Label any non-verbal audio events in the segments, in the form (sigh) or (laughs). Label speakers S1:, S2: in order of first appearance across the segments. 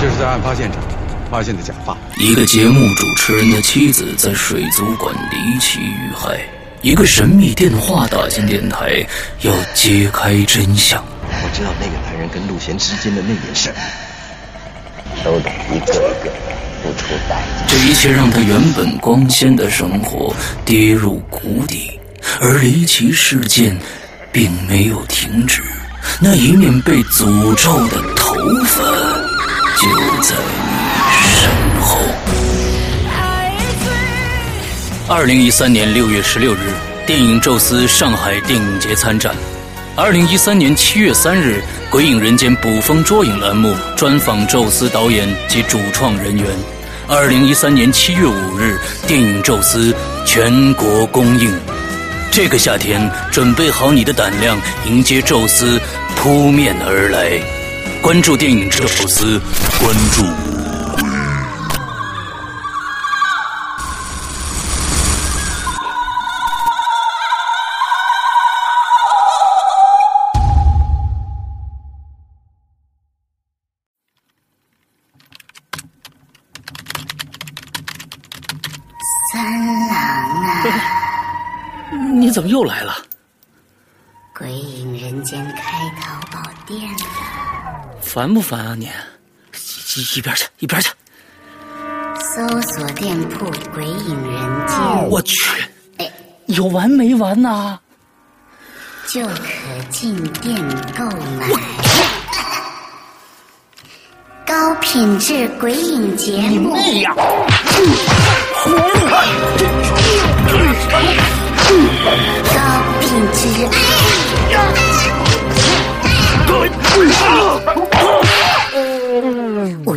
S1: 是在案发现场发现的假发。
S2: 一个节目主持人的妻子在水族馆离奇遇害，一个神秘电话打进电台，要揭开真相。
S3: 我知道那个男人跟陆贤之间的那件事，都得一个一个付出代价。
S2: 这一切让他原本光鲜的生活跌入谷底，而离奇事件并没有停止，那一面被诅咒的头发就在你身后。二零一三年六月十六日，电影《宙斯》上海电影节参展。二零一三年七月三日，《鬼影人间》捕风捉影栏目专访宙斯导演及主创人员。二零一三年七月五日，电影《宙斯》全国公映。这个夏天，准备好你的胆量，迎接宙斯扑面而来。关注电影《宙斯》，关注。
S4: 三郎啊，
S2: 你怎么又来了？
S4: 鬼影人间开淘宝店了，
S2: 烦不烦啊你？一一边去，一边去！
S4: 搜索店铺“鬼影人间
S2: 我去，”，
S4: 哎，
S2: 有完没完呐、
S4: 就可进店购买。高品质鬼影节目，高品质。五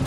S2: 《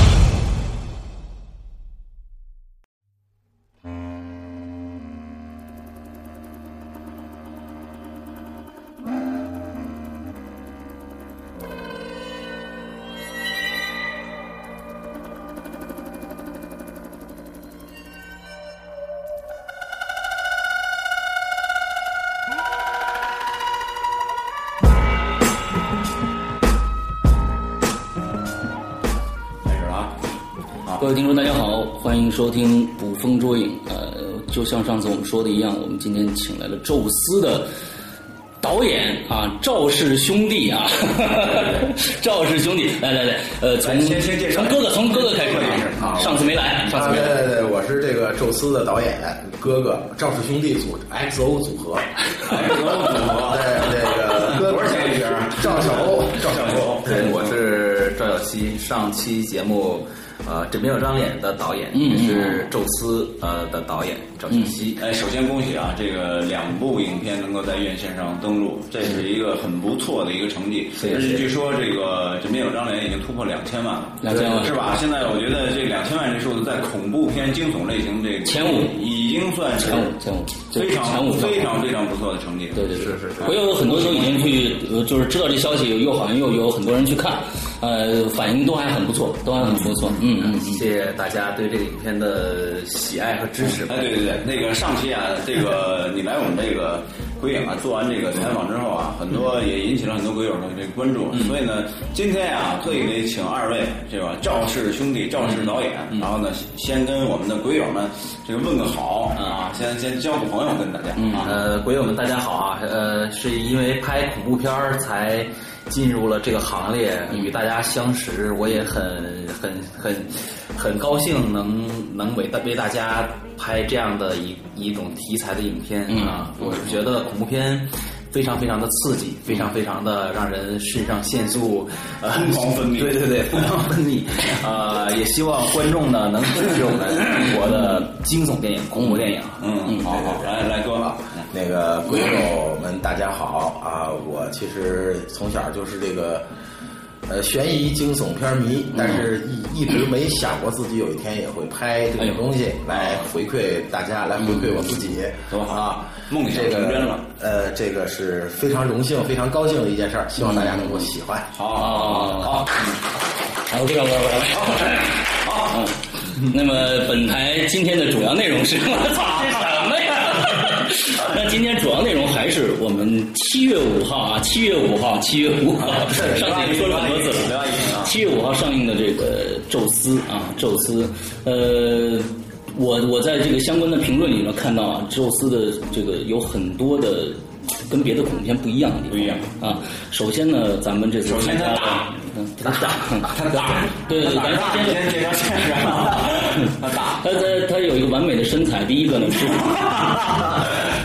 S2: 各位听众，大家好，欢迎收听《捕风捉影》。呃，就像上次我们说的一样，我们今天请来了宙斯的导演啊，赵氏兄弟啊， (laughs) 赵氏兄弟，来来来，呃，从
S5: 来先先介绍
S2: 从哥哥从哥哥开始啊，
S5: 啊
S2: 上次没来，上次
S5: 啊，
S2: 没
S5: 对
S2: 来。
S5: 对对，我是这个宙斯的导演哥哥，赵氏兄弟组 XO 组合，XO 组合，对这个哥多少钱一瓶？
S6: 啊
S5: 赵小欧，赵小欧，
S6: 对，我是赵小西，上期节目呃《枕边有张脸》的导演，
S2: 嗯
S6: 也是宙斯呃的导演赵小西。
S7: 哎，首先恭喜啊！这个两部影片能够在院线上登陆，这是一个很不错的一个成绩。
S6: 是
S7: 而
S6: 是
S7: 且据说这个《枕边有张脸》已经突破两千万了，
S2: 2000万
S7: 是吧？现在我觉得这两千万这数字在恐怖片、惊悚类型这个
S2: 前五
S7: 已经算是
S2: 前五前五
S7: 非常
S2: 前五
S7: 非常非常不错的成绩。
S2: 对对对，
S6: 是是是
S2: 我又有很多都已经去，呃就是知道这消息，又好像又有很多人去看，呃，反应都还很不错，都还很不错。嗯嗯
S6: 谢谢大家对这个影片的喜爱和支持。
S2: (laughs)
S7: 哎，对对对，那个上期啊，这个你来我们这个鬼影啊做完这个采访之后啊，很
S2: 嗯
S7: 多也引起了很多鬼友的这个关注。所以呢，今天啊，特意得请二位这个赵氏兄弟、赵
S2: 嗯
S7: 氏导演，然后呢，先跟我们的鬼友们这个问个好
S2: 嗯
S7: 啊，先先交个朋友跟大家啊。
S6: 呃，鬼友们大家好啊，呃，是因为拍恐怖片儿才进入了这个行列，与大家相识，我也很很很很高兴能能为大为大家拍这样的一一种题材的影片
S7: 嗯
S6: 啊，我是觉得恐怖片。非常非常的刺激，非常非常的让人肾上腺素呃
S7: 疯狂分泌
S6: 对对对，疯狂分泌。呃，也希望观众呢能支持我们中国的惊悚电影、恐怖电影。
S7: 嗯，好好，来来哥吧，
S5: 那个鬼友们，大家好啊！我其实从小就是这个呃悬疑惊悚片迷，
S7: 嗯
S5: 但是一一直没想过自己有一天也会拍这种东西来回馈大家，来回馈我自己，
S7: 多好
S5: 啊！
S7: 嗯梦想
S5: 这
S7: 成真
S5: 个
S7: 了
S5: 呃，这个是非常荣幸、非常高兴的一件事儿，希望大家能够喜欢。
S7: 好好好，
S2: 好，这个我我好，好。那么本台今天的主要内容是，我操，这什么呀？那今天主要内容还是我们七月五号啊，七月五号，七月五号，上次也说了很多次了。
S7: 聊一聊啊，
S2: 七月五号上映的这个《宙斯》啊，《宙斯》呃，我我在这个相关的评论里面看到啊，《宙斯》的这个有很多的跟别的恐怖片不一样的地方
S7: 不一样
S2: 啊。首先呢，咱们这次
S7: 首先它
S2: 参加
S7: 大
S2: 了嗯它大，它
S7: 大，
S2: (laughs) 对对，
S7: 大
S2: 咱
S7: 大，
S2: 先
S7: 先介绍先介
S2: (laughs)
S7: 绍，大，
S2: 他他他有一个完美的身材，第一个呢是，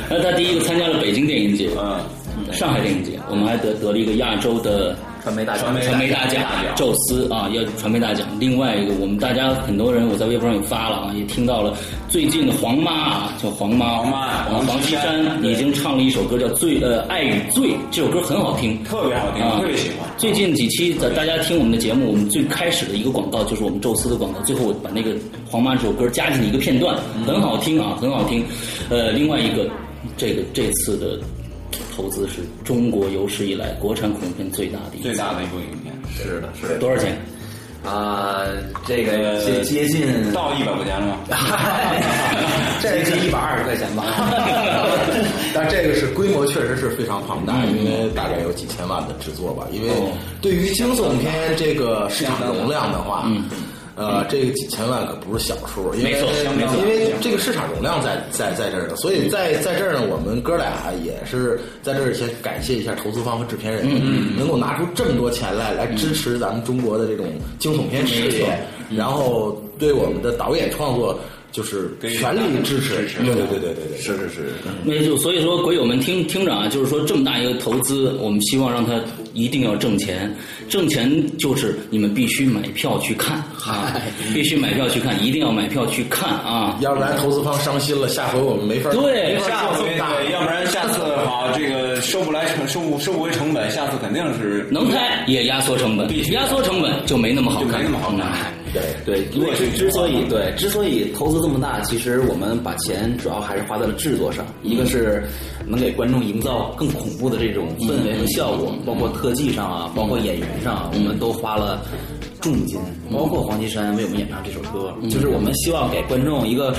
S2: 那他第一个参加了北京电影节，
S7: 嗯，
S2: 上海电影节，我们还得得了一个亚洲的
S6: 传媒大
S2: 传媒传媒大奖，宙斯啊，要传媒大奖。另外一个，我们大家很多人，我在微博上也发了啊，也听到了，最近的黄妈啊，叫黄妈，
S7: 黄妈
S2: 啊
S7: 黄
S2: 黄绮
S7: 绮珊
S2: 珊已经唱了一首歌叫《醉》，呃，《爱与醉》，这首歌很好听，
S7: 特别好听，
S2: 啊
S7: 特别喜欢，
S2: 最近几期的大家听我们的节目，我们最开始的一个广告就是我们宙斯的广告，最后我把那个黄妈这首歌加进一个片段，很好听啊，很好听。呃，另外一个，这个这次的投资是中国有史以来国产恐怖片最大的一
S7: 最
S2: 次，
S7: 大的一部影片，
S6: 是的，是的。
S2: 多少钱？
S6: 啊，这个
S7: 呃
S6: 接接近，
S7: 到一百块钱了吗？
S6: 接近一百二十块钱吧。
S5: (laughs) 但这个是规模确实是非常庞大，
S6: 嗯
S5: 因为大概有几千万的制作吧。因为
S6: 哦
S5: 对于惊悚片这个市场容量的话，
S6: 嗯
S5: 呃，这个几千万可不是小数，因为
S2: 没错
S7: 没错
S5: 因为这个市场容量在在在这儿呢，所以在在这儿呢，我们哥俩也是在这儿先感谢一下投资方和制片人，
S6: 嗯
S5: 能够拿出这么多钱来来支持咱们中国的这种惊悚片事业，然后对我们的导演创作就是全力支持，对对对对对对，是是是。
S2: 那就所以说，鬼友们听听着啊，就是说这么大一个投资，我们希望让他一定要挣钱。挣钱就是你们必须买票去看啊，必须买票去看，一定要买票去看啊。
S5: 要不然投资方伤心了，下回我们没法
S2: 对
S5: 没法
S7: 下
S5: 做
S7: 回
S5: 这么大。
S7: 对，要不然下次好，这个收不来成收不收不回成本，下次肯定是
S2: 能拍也压缩成本
S7: 必，须
S2: 压缩成本就没那么好
S7: 就
S2: 看，
S7: 没那么好看。
S6: 对对，如果是之所以对之所以投资这么大，其实我们把钱主要还是花在了制作上，一个是能给观众营造更恐怖的这种氛围和效果，包括特技上啊，包括演员上啊，我们都花了。重金，包括黄绮珊为我们演唱这首歌，就是我们希望给观众一个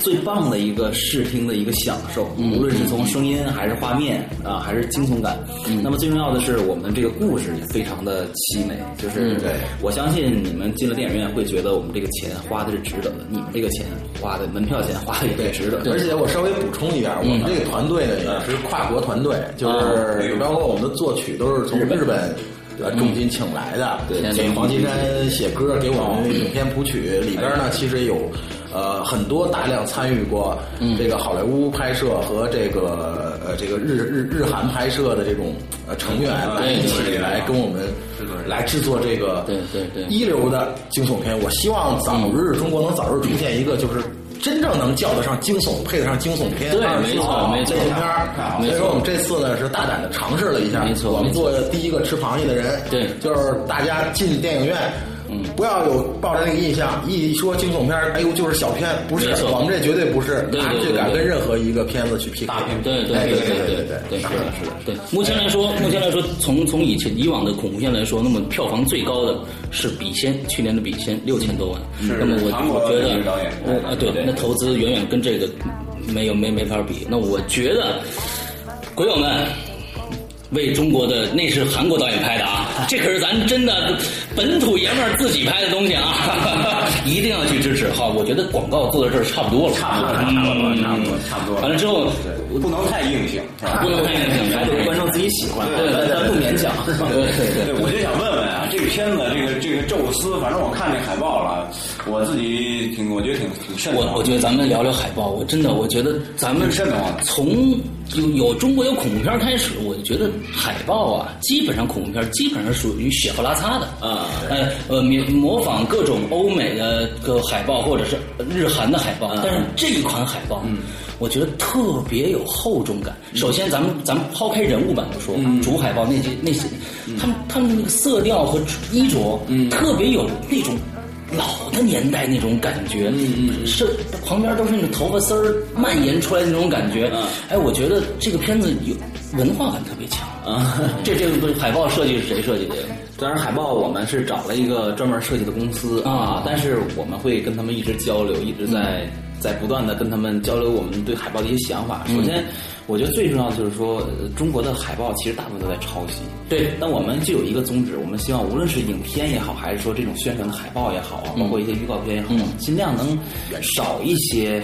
S6: 最棒的一个视听的一个享受，无论是从声音还是画面啊，还是惊悚感。那么最重要的是，我们这个故事也非常的凄美，就是我相信你们进了电影院会觉得我们这个钱花的是值得的，你们这个钱花的门票钱花的也是值得的。
S5: 而且我稍微补充一下，我们这个团队呢也是跨国团队，就是包括我们的作曲都是从嗯日本。呃，重金请来的，给黄绮珊写歌，给我们影片谱曲里边呢，其实有呃很多大量参与过这个好莱坞拍摄和这个呃这个日日日韩拍摄的这种呃成员来一起来跟我们来制作这个
S2: 对对对
S5: 一流的惊悚片。我希望早日中国能早日出现一个就是。真正能叫得上惊悚，配得上惊悚片，
S2: 对
S5: 二十四
S2: 没错
S5: 号
S2: 没错
S5: 类型片儿
S2: 太好。了
S5: 所以
S2: 没错
S5: 说我们这次呢是大胆的尝试了一下，
S2: 没错
S5: 我
S2: 没
S5: 们
S2: 错
S5: 做第一个吃螃蟹的人，
S2: 对
S5: 就是大家进电影院，嗯，不要有抱着那个印象，一说惊悚片儿，哎呦就是小片，不是
S2: 没，错
S5: 我们这绝对不是，
S2: 对对
S5: 拿
S2: 对
S5: 这敢
S2: 对
S5: 跟任何一个片子去 PK，
S2: 嗯对对
S5: 哎
S2: 对
S5: 对对
S2: 对
S5: 对
S2: 对，是
S5: 是
S2: 的
S5: 的，，
S2: 是的，对。目前来说，目前来说，从从以前以往的恐怖片来说，那么票房最高的是《笔仙》，去年的《笔仙》六千多万。
S7: 嗯是
S2: 那么我
S7: 韩国
S2: 我觉
S7: 的
S2: 得
S7: 这个导演
S2: 我啊，对
S7: 对，
S2: 那投资远远跟这个没有没没法比。那我觉得。鬼友们。为中国的那是韩国导演拍的啊，这可是咱真的本土爷们儿自己拍的东西啊， (laughs) 一定要去支持哈！我觉得广告做到这儿差不多了，嗯
S7: 差不多，差不多，差不多，嗯差不多。
S2: 完了之后，
S7: 不能太硬性，是吧？
S2: 不能太硬
S6: 还得观众自己喜欢，
S2: 对对对
S6: 但不勉强。
S2: 呃对对对
S7: 对，我就想问问啊，这个片子，这个这个宙斯，反正我看这海报了，我自己挺，我觉得挺挺慎重。
S2: 我我觉得咱们聊聊海报，我真的我觉得咱们啊
S7: 挺慎重的
S2: 从有有中国有恐怖片开始，我就觉得海报啊，基本上恐怖片基本上属于血和拉擦的
S6: 啊
S2: 呃呃模模仿各种欧美的个海报或者是日韩的海报，但是这一款海报，我觉得特别有厚重感。首先，咱们咱们抛开人物版不说，主海报那些那些，他们他们的那个色调和衣着，特别有那种。老的年代那种感觉，嗯是旁边都是那种头发丝儿蔓延出来的那种感觉。
S6: 嗯
S2: 哎，我觉得这个片子有文化感特别强啊。 (laughs) 这这个海报设计是谁设计的呀？
S6: 嗯当然，海报我们是找了一个专门设计的公司
S2: 啊嗯
S6: 但是我们会跟他们一直交流，一直在、在不断的跟他们交流我们对海报的一些想法。首先，我觉得最重要的就是说，呃中国的海报其实大部分都在抄袭。
S2: 对
S6: 但我们就有一个宗旨，我们希望无论是影片也好，还是说这种宣传的海报也好啊，包括一些预告片也好，
S2: 嗯
S6: 尽量能少一些。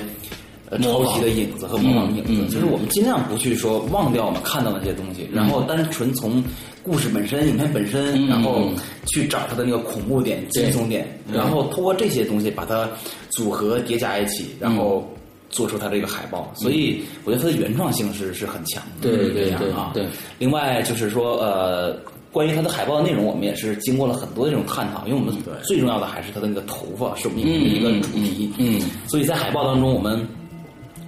S6: 呃
S2: 模
S6: 抄
S2: 仿
S6: 袭的影子和模仿的影子，
S2: 嗯嗯
S6: 就是我们尽量不去说忘掉我们看到的那些东西，然后单纯从故事本身、影片本身，
S2: 嗯
S6: 然后
S2: 嗯
S6: 去找它的那个恐怖点、惊悚点，然后通过这些东西把它组合叠加一
S2: 嗯
S6: 起，然后做出它这个海报。所以我觉得它的原创性是是很强的。
S2: 对对
S6: 这样
S2: 对
S6: 啊。
S2: 对
S6: 另外就是说呃。关于它的海报内容，我们也是经过了很多这种探讨，因为我们最重要的还是它的那个头发是我们
S2: 嗯
S6: 一个主题。
S2: 嗯嗯
S6: 所以在海报当中，我们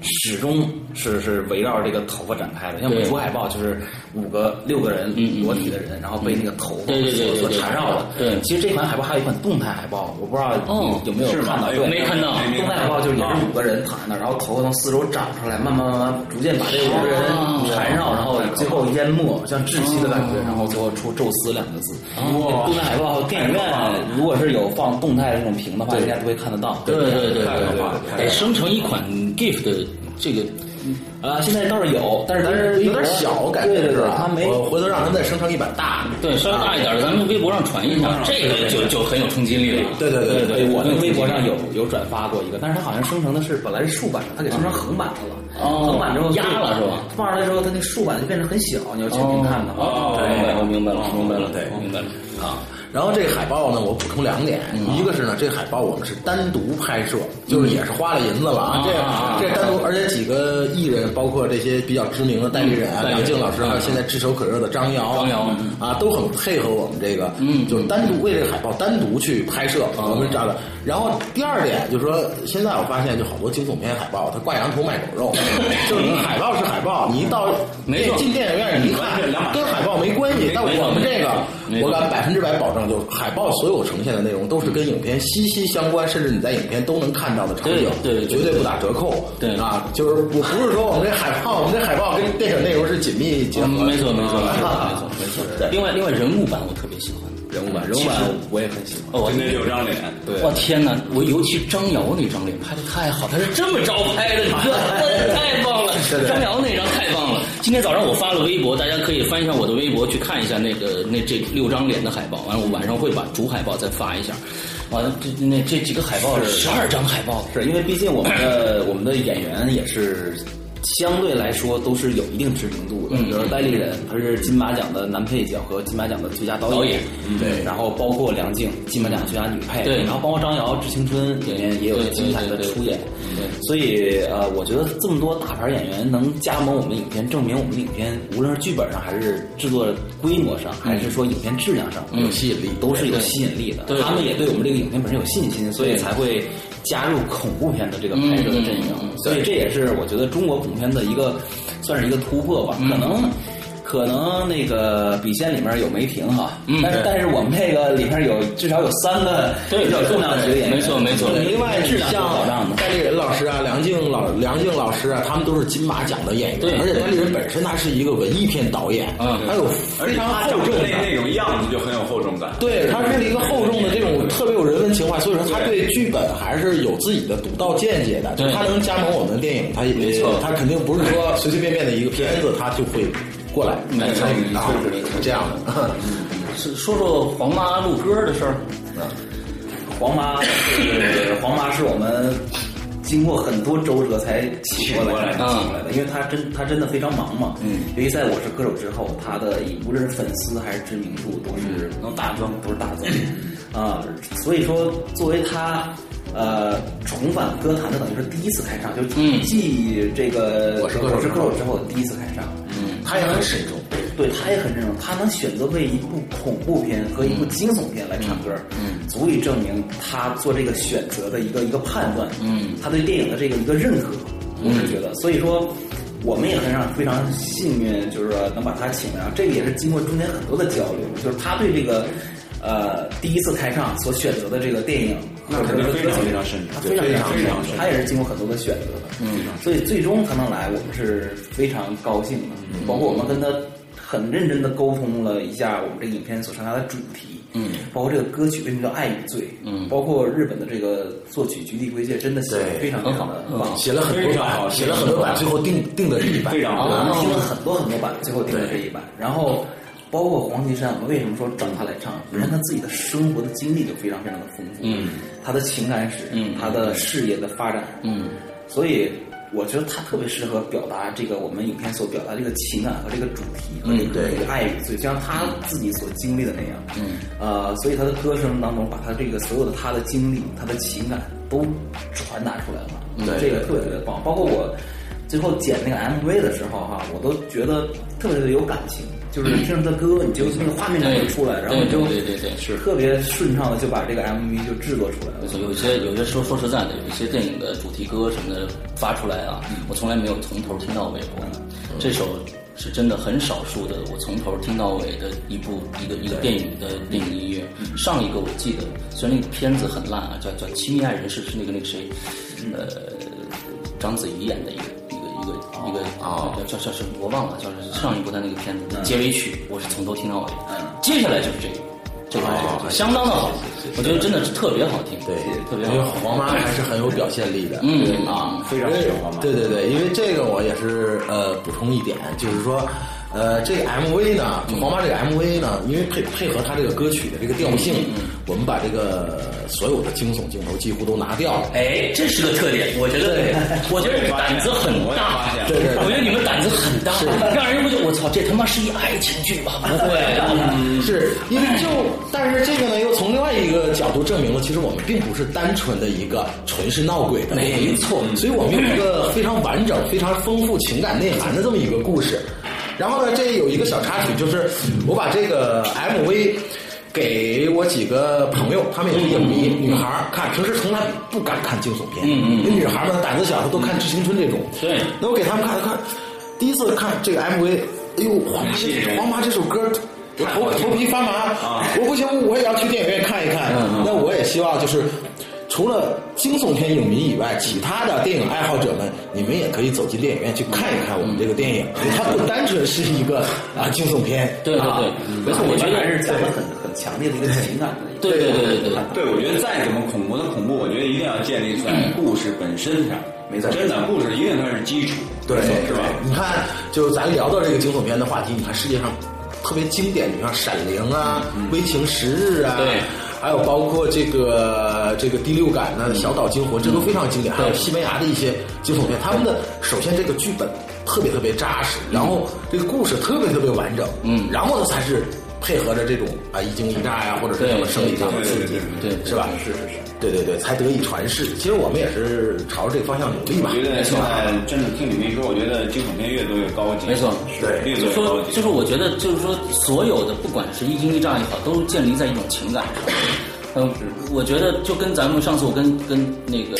S6: 始终是是围绕着这个头发展开的。像我们
S2: 对
S6: 主海报就是五个六个人
S2: 嗯嗯
S6: 裸体的人，然后被那个头发
S2: 对对对对
S6: 所
S2: 对
S6: 所缠绕的。
S2: 对
S6: 其实这款海报还有一款动态海报，我不知道
S2: 哦
S6: 你有没有
S7: 是吗
S6: 看到？
S7: 哎
S6: 对，
S2: 没看到
S7: 没没
S6: 动态海报就是也是五个人躺在那儿，然后头发从四周长出来，慢慢慢慢逐渐把这五个人
S2: 哦
S6: 缠绕，然后最后淹没，像窒息的感觉，然后最后出“宙斯”两个字。
S2: 哦
S7: 哇
S6: 动态海报，电影院如果是有放动态的那种屏的话，应该都会看得到。
S2: 对对对对
S7: 太可怕了
S2: 对，得生成一款 GIF 的这个
S6: 啊，现在倒是有，但是
S5: 但是有点小，感觉
S6: 对对
S5: 是
S6: 对，
S5: 吧
S6: 它？没
S5: 我回头让他再生成一版大的。
S2: 对，稍微大一点儿，咱们微博上传一下，这个就就很有冲击力了。
S5: 对对对
S2: 对
S6: 对，我
S2: 很
S6: 那
S2: 有
S6: 微博
S2: 冲击
S6: 上
S2: 力
S6: 有有转发过一个，但是它好像生成的是本来是竖版的，它给生成横版的了。
S2: 哦
S6: 横版之后
S2: 压了是吧？
S6: 放上来之后，它那竖版就变成很小，你要去评看的话。
S2: 哦，
S6: 对
S2: 明白了，我明白了，
S7: 哦
S2: 明白了，
S7: 对
S2: 我明白了。
S5: 啊。然后这个海报呢，我补充两点，一个是呢，这个海报我们是单独拍摄，就是也是花了银子了啊。
S2: 啊
S5: 这这单独，而且几个艺人，包括这些比较知名的代理人啊，
S2: 代理人
S5: 梁静老师，还有现在炙手可热的张瑶，
S2: 张瑶
S5: 啊，都很配合我们这个，
S2: 嗯
S5: 就是单独为这个海报单独去拍摄，啊我们这样的。然后第二点就是说，现在我发现就好多惊悚片海报，它挂羊头卖狗肉，就是你海报是海报，你一到
S2: 没错
S5: 进电影院你一看
S7: 两码事
S5: 跟海报没关系，但
S2: 没错
S5: 我们这个
S2: 没错
S5: 我敢百分之百保证，就是海报所有呈现的内容都是跟影片息息相关，甚至你在影片都能看到的场景，
S2: 对对对
S5: 绝对不打折扣。
S2: 对
S5: 啊，就是不不是说我们这海报，我们这海报跟电影内容是紧密结合的。
S2: 嗯没错没错没错
S5: 啊
S2: 没错没错。
S5: 对
S2: 另外另外人物版我特别喜欢，
S6: 人物版，人物版我也很喜欢。
S2: 哦，我
S7: 今天有张脸，对
S2: 哇天哪！我尤其张瑶那张脸拍的太好，他是这么招拍的，你知道吗太棒
S6: (laughs)
S2: 了！张瑶那张太棒了。今天早上我发了微博，大家可以翻一下我的微博去看一下那个那这六张脸的海报。完了，我晚上会把主海报再发一下。完了，这那这几个海报，十二张海报，
S6: 是因为毕竟我们的我们的演员也是相对来说都是有一定知名度的，
S2: 嗯
S6: 比如戴立忍，他是金马奖的男配角和金马奖的最佳导
S2: 导演嗯
S6: 对，然后包括梁静，金马奖最佳女配，
S2: 对
S6: 然后包括张瑶《致青春》里面也有
S2: 对对
S6: 精彩的
S2: 对对
S6: 出演，所以呃，我觉得这么多大牌演员能加盟我们影片，证明我们影片无论是剧本上还是制作规模上，还是说影片质量上
S2: 嗯
S6: 有吸引力，都是有吸引力的。
S2: 对
S6: 他们也对我们这个影片本身有信心，所以才会加入恐怖片的这个拍摄的阵
S2: 嗯嗯
S6: 营。所以这也是我觉得中国恐怖片的一个，算是一个突破吧。可能可能那个笔仙里面有梅婷哈，
S2: 嗯
S6: 但是但是我们这个里面有至少有三个
S2: 对
S6: 比较重量级的演员，
S2: 没错没错
S6: 对
S5: 另外
S6: 质量是
S5: 像
S6: 保障的。
S5: 戴立人老师啊、梁静老梁静老师啊，他们都是金马奖的演
S2: 对
S5: 员，而且戴立人本身他是一个文艺片导演，
S2: 嗯
S5: 他有
S7: 而
S5: 非
S7: 且
S5: 常
S7: 他
S5: 厚
S7: 长
S5: 重
S7: 得
S5: 的
S7: 那那种样子就很有厚重感。
S5: 对，他是一个厚重的这种特别有人文情怀，所以说他对剧本还是有自己的独到见解的。
S2: 对
S5: 他能加盟我们的电影，他也没
S2: 错
S5: 他肯定不是说随随便便的一个片子他就会过来，
S2: 没错
S5: 然后是这样的。
S2: 是说说黄妈录歌的事儿。
S6: 黄妈，是黄妈是我们经过很多周折才请过
S7: 请
S6: 来的，
S7: 过
S2: 来
S6: 请过来的，因为她真她真的非常忙嘛。嗯，尤其在我是歌手之后，她的以无论是粉丝还是知名度都是能大增，不是大增啊、所以说，作为她。呃，重返歌坛的等于是第一次开唱，就
S2: 嗯
S6: 继这个
S5: 我是歌手
S6: 之
S5: 之后
S6: 后之后第一次开唱，嗯，
S5: 他也很慎重，
S6: 对他也很认同，他能选择为一部恐怖片和一部
S7: 嗯
S6: 惊悚片来唱歌，嗯，足以证明他做这个选择的一个一个判断，嗯，他对电影的这个一个认可，我
S7: 嗯
S6: 是觉得，所以说我们也很让非常幸运，就是说能把他请来，啊这个也是经过中间很多的交流，就是他对这个。呃，第一次开唱所选择的这个电影，
S7: 那肯定非常非常慎重
S6: 他非常
S7: 对非
S6: 非常
S7: 常
S6: 慎重
S7: 非常慎重
S6: 他也是经过很多的选择的，嗯，所以最终他能来，我们是非常高兴的。包括我们跟他很认真的沟通了一下我们这个影片所传达的主题，嗯，包括这个歌曲为什么叫《爱与罪》，嗯，包括日本的这个作曲菊地圭介真的写得
S5: 对
S6: 非常非常的棒，
S5: 写了很多
S7: 非常好
S5: 版，写了很多版，最后定定的是一版，
S7: 非常好
S6: 我们听了很多很多版，最后定了这一版。然后包括黄绮珊，我们为什么说找她来唱？本身她自己的生活的经历就非常非常的丰富，嗯，她的情感史，嗯，她的事业的发展，嗯，所以我觉得她特别适合表达这个我们影片所表达这个情感和这个主题和这个、这个爱与罪，就像她自己所经历的那样，嗯，呃，所以她的歌声当中把她这个所有的她的经历、她的情感都传达出来了，
S2: 嗯
S6: 对，这个特别特别棒，包括我。最后剪那个 MV 的时候哈、我都觉得特别的有感情，就是听着他歌，你就那个画面感就出来，然后你就
S2: 对对对对是
S6: 特别顺畅的就把这个 MV 就制作出来了。
S2: 有些有些说说实在的，有一些电影的主题歌什么的发出来啊，我从来没有从头听到尾过。这首是真的很少数的，我从头听到尾的一部一个一个电影的电影音乐。上一个我记得，虽然那个片子很烂啊，叫叫《亲密爱人》，是是那个那个谁，呃，章子怡演的一个一个一个一个叫叫叫什么我忘了，叫是上一部他那个片子的结尾曲，我是从头听到尾。接下来就是这个。这个这个哦相当的好，我觉得真的是特别好听。
S5: 对，
S2: 特别
S5: 因为
S2: 好。
S5: 黄妈还是很有表现力的，
S2: 嗯
S5: 对啊，
S7: 非常喜欢黄妈
S5: 对对对，因为这个我也是呃补充一点，就是说。呃，这个 MV 呢，就黄妈这个 MV 呢，因为配配合她这个歌曲的这个调性，
S7: 嗯
S5: 我们把这个所有的惊悚镜头几乎都拿掉了。
S2: 哎，这是个特点，我觉得，我觉得你们胆子很
S7: 我也
S2: 大
S7: 发现，了
S5: 对对对
S2: 我觉得你们胆子很大，让人不就我操，这他妈是一爱情剧吧？不会，嗯
S5: 是因为就，但是这个呢，又从另外一个角度证明了，其实我们并不是单纯的一个纯是闹鬼的，
S2: 没错
S5: 所以我们有一个非常完整、非常丰富情感内涵的这么一个故事。然后呢，这有一个小插曲，就是我把这个 MV 给我几个朋友，他们也是影迷，女孩儿看，平时从来不敢看惊悚片，嗯嗯，因为女孩儿们胆子小，她都看《致青春》这种，
S2: 对
S5: 那我给他们看了看，第一次看这个 MV，哎呦，黄妈
S7: 吸引
S5: 这
S7: 人
S5: 黄妈这首歌，我头头皮发麻，
S2: 啊
S5: 我不行，我也要去电影院看一看。
S2: 嗯
S5: 那我也希望就是。除了惊悚片影迷以外，其他的电影爱好者们，你们也可以走进电影院去看一看我们这个电影。它不单纯是一个啊惊悚片，
S2: 嗯
S5: 啊
S2: 对对对，而且我觉
S6: 还
S2: 得
S6: 是讲了很很强烈的一个情感的一个。
S2: 对对对对对对，
S7: 对，我觉得再怎么恐怖的恐怖，我觉得一定要建立在故事本身上。没错，真的故事一定它是基础，
S5: 对，
S7: 是吧？
S5: 你看，就是咱聊到这个惊悚片的话题，你看世界上特别经典，你像《闪灵》啊，危情十日》啊，
S2: 对
S5: 还有包括这个这个第六感呢，小岛惊魂》，这都非常经典。还有西班牙的一些惊悚片，他们的首先这个剧本特别特别扎实，然后这个故事特别特别完整，嗯，然后呢才是配合着这种啊一惊一乍呀，或者是什么生理上的刺激，
S2: 对对对对对
S5: 是吧？是是是，对对对，才得以传世。其实我们也是朝着这个方向努力吧。
S7: 我觉得现在真的听你们一说，我觉得惊悚片越做越高级，
S2: 没错
S7: 是越
S2: 就
S7: 做越
S2: 说
S7: 高级。
S2: 就是我觉得就是说所有的不管是一惊一乍也好，都是建立在一种情感上。嗯，我觉得就跟咱们上次我跟跟那个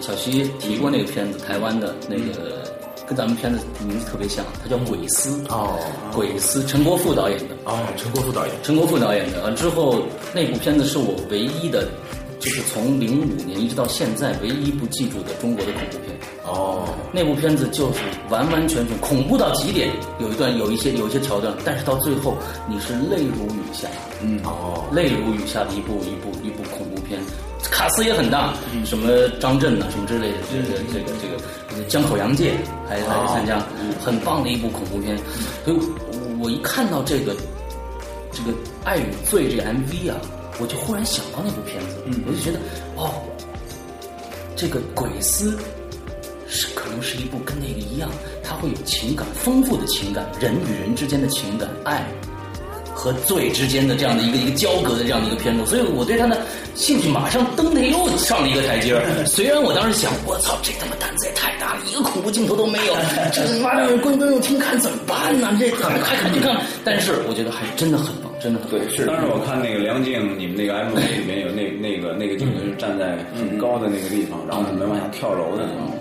S2: 小西提过那个片子，台湾的那个跟咱们片子名字特别像，它叫《鬼丝》
S5: 哦，
S2: 鬼丝》陈国富导演的，
S5: 哦，陈国富导演，
S2: 陈国富导演的。完呃之后，那部片子是我唯一的，就是从零五年一直到现在唯一不记住的中国的恐怖片。
S5: 哦，
S2: 那部片子就是完完全全恐怖到极点，有一段有一些有一些桥段，但是到最后你是泪如雨下，嗯，哦，泪如雨下的一部一部一部恐怖片，卡斯也很大，什么张震呐、什么之类的，这个这个这个这个江口洋介还还参加，很棒的一部恐怖片，所以我我一看到这个这个《爱与罪》这个 MV 啊，我就忽然想到那部片子，我就觉得哦，这个鬼丝是可能是一部跟那个一样，它会有情感丰富的情感，人与人之间的情感，爱和罪之间的这样的一个一个交隔的这样的一个片子，所以我对他的兴趣马上登的又上了一个台阶儿。虽然我当时想，我操，这他妈胆子也太大了，一个恐怖镜头都没有，这他妈让观观众听看怎么办呢？这还还敢去看？但是我觉得还真的很棒，真的很棒。
S6: 对，是
S7: 当时我看那个梁静，你们
S5: (laughs)
S7: 那个 MV 里面有那那个那个镜头，就是站在很高的那个地方，然后准备往下跳楼的那种，
S5: 嗯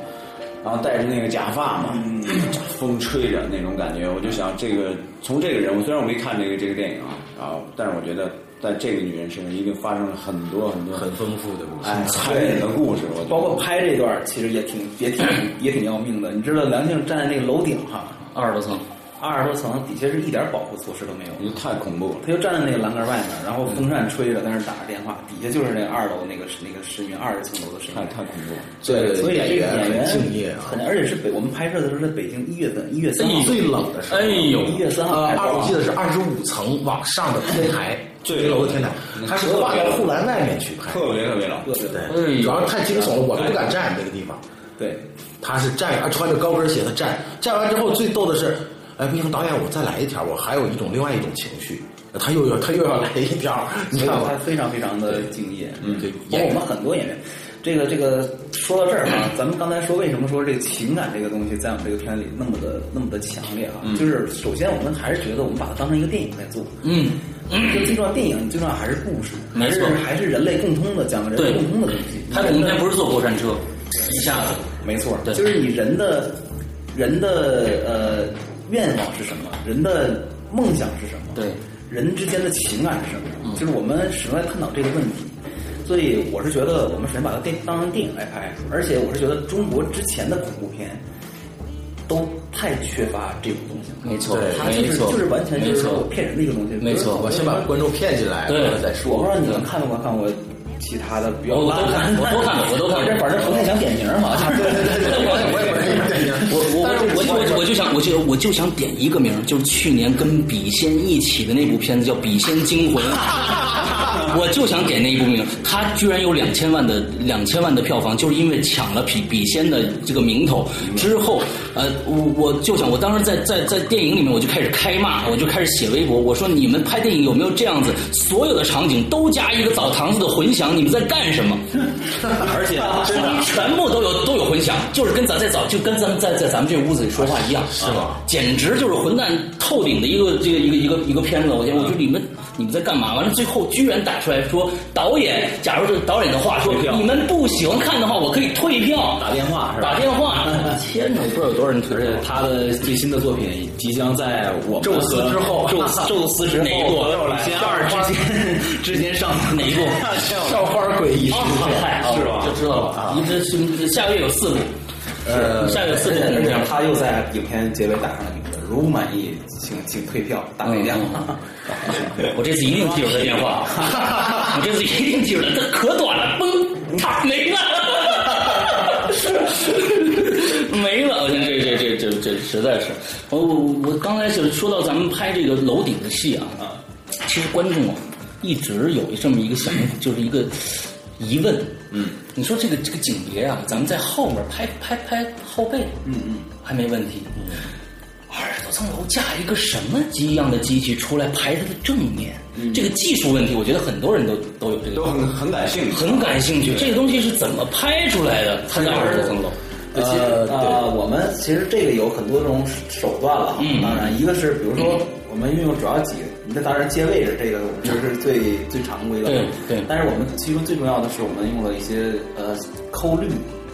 S7: 然后戴着那个假发嘛， (clears throat) 风吹着那种感觉，我就想这个从这个人物，虽然我没看这个这个电影啊，然后但是我觉得在这个女人身上一定发生了很多很多
S5: 很丰富的故事，
S7: 哎残忍的故事，我觉得
S6: 包括拍这段儿，其实也挺也挺也挺要命的。你知道梁静站在那个楼顶上，
S2: 二十多层，
S6: 二十多层底下是一点儿保护措施都没有
S7: 我，觉得太恐怖了。
S6: 他就站在那个栏杆外面，然后风扇吹着，在那儿打着电话，底下就是那二楼那个那个市民二十层楼的市
S7: 太
S6: 民。
S7: 太恐怖了，
S5: 这
S6: 所以
S5: 演
S6: 这个
S5: 员
S6: 演员
S5: 很敬业啊
S6: 很而且是北我们拍摄的时候是北京一月份，一月三号，
S5: 最冷的时候
S2: 哎呦
S6: 一月三啊号
S5: 呃
S6: 拍，
S5: 二
S6: 的
S5: 我记得是二十五层往上的天台，最楼的天台，它是挂到护栏外面去拍，
S7: 特别特别冷。
S5: 对，主要是太惊悚了，我都不敢站那个地方。
S6: 对，
S5: 他是站，啊穿着高跟鞋的站，站完之后最逗的是，哎，不行，导演，我再来一条，我还有一种另外一种情绪，他又要他又要来一条，你知
S6: 所以
S5: 道
S6: 他
S5: 吗？
S6: 非常非常的敬业。嗯
S5: 对
S6: 包括我们很多演员。这个这个说到这儿
S2: (clears throat)
S6: 啊，咱们刚才说为什么说这个情感这个东西在我们这个片里那么的那么的强烈啊？就是首先我们还是觉得我们把它当成一个电影在做，
S2: 嗯，
S6: 就最重要，电影最重要还是故事，
S2: 没错
S6: 还是还是人类共通的，讲个人类
S2: 对
S6: 共通的东西。
S2: 他恐怖片不是坐过山车，一下子，
S6: 没错，
S2: 对
S6: 就是你人的人的呃愿望是什么，人的梦想是什么，
S2: 对，嗯
S6: 人之间的情感是什么，就是我们始终在探讨这个问题。所以我是觉得，我们首先把它电当成电影来拍，而且我是觉得中国之前的恐怖片都太缺乏这种东西了。
S2: 没错，
S6: 它就
S2: 没
S6: 是
S2: 错，
S6: 就是完全就
S2: 没
S6: 是说
S2: 错
S6: 我，骗人的一个东西。
S2: 没错
S6: 比如说
S5: 我先把观众骗进来，
S2: 对
S5: 完了再
S6: 我不
S5: 说
S6: 知。道你们看没看过其他的，比较
S2: 我我都
S6: 烂的
S2: 看我都看过我都看过
S6: 这反正不太想点名嘛。对对
S2: 对
S6: 对
S2: 对对
S5: 我也不是一个电影，
S2: 我我
S5: 但是
S2: 我
S5: 我
S2: 我我就想我就我就想点一个名儿，就是去年跟笔仙一起的那部片子叫《笔仙惊魂》，我就想点那一部名儿，它居然有两千万的两千万的票房，就是因为抢了笔笔仙的这个名头之后，呃，我我就想，我当时在在在电影里面我就开始开骂，我就开始写微博，我说你们拍电影有没有这样子，所有的场景都加一个澡堂子的混响，你们在干什么？
S6: 而且真的
S2: 全部都有都有混响，就是跟咱在早就跟咱们在在咱们这屋子里说话一样，是吧？简直就是混蛋透顶的一个这个一个一个一个片子，我天，我说你们你们在干嘛？完了最后居然打出来说导演，假如是导演的话说，你们不喜欢看的话，我可以退票，
S6: 打电话是吧
S2: 打电话， (laughs) 天哪，我不知道有多少人退
S6: 而
S2: 票
S6: 且。他的最新的作品即将在我们
S5: 宙斯
S6: 和
S5: 之后
S6: (laughs) 宙斯宙斯之后
S2: 哪一部
S6: 和五仙二之间之间上哪一部？
S5: 校花诡异
S2: 啊，嗨，
S6: 是吧
S2: 我就知道了啊！你这是下个月有四部，
S6: 呃
S2: 下个月四部
S6: 而
S2: 肯定
S6: 且他又在影片结尾打上了一个“如满意，请请退票”，打那电话。
S2: 我这次一定记住他电话， (laughs) 我这次一定记住了，他可短了，嘣，他没了，没了！我天，这这这这这实在是，我我我刚才就是说到咱们拍这个楼顶的戏啊，其实观众啊一直有这么一个想，就是一个疑问，嗯，你说这个这个景别啊，咱们在后面拍拍拍后背，嗯嗯，还没问题，嗯。二十多层楼架一个什么机一样的机器出来排它的正面，这个技术问题，我觉得很多人都都有这
S7: 都
S2: 个，
S7: 很很感兴趣，
S2: 很感兴趣。这个东西是怎么拍出来的？它在二十多层楼，
S6: 呃呃，我们其实这个有很多种手段了啊。
S2: 嗯
S6: 当然，一个是比如说我们运用主要几个，那当然接位置这个我们这是最最常规的。
S2: 对对
S6: 但是我们其中最重要的是我们用了一些呃抠绿。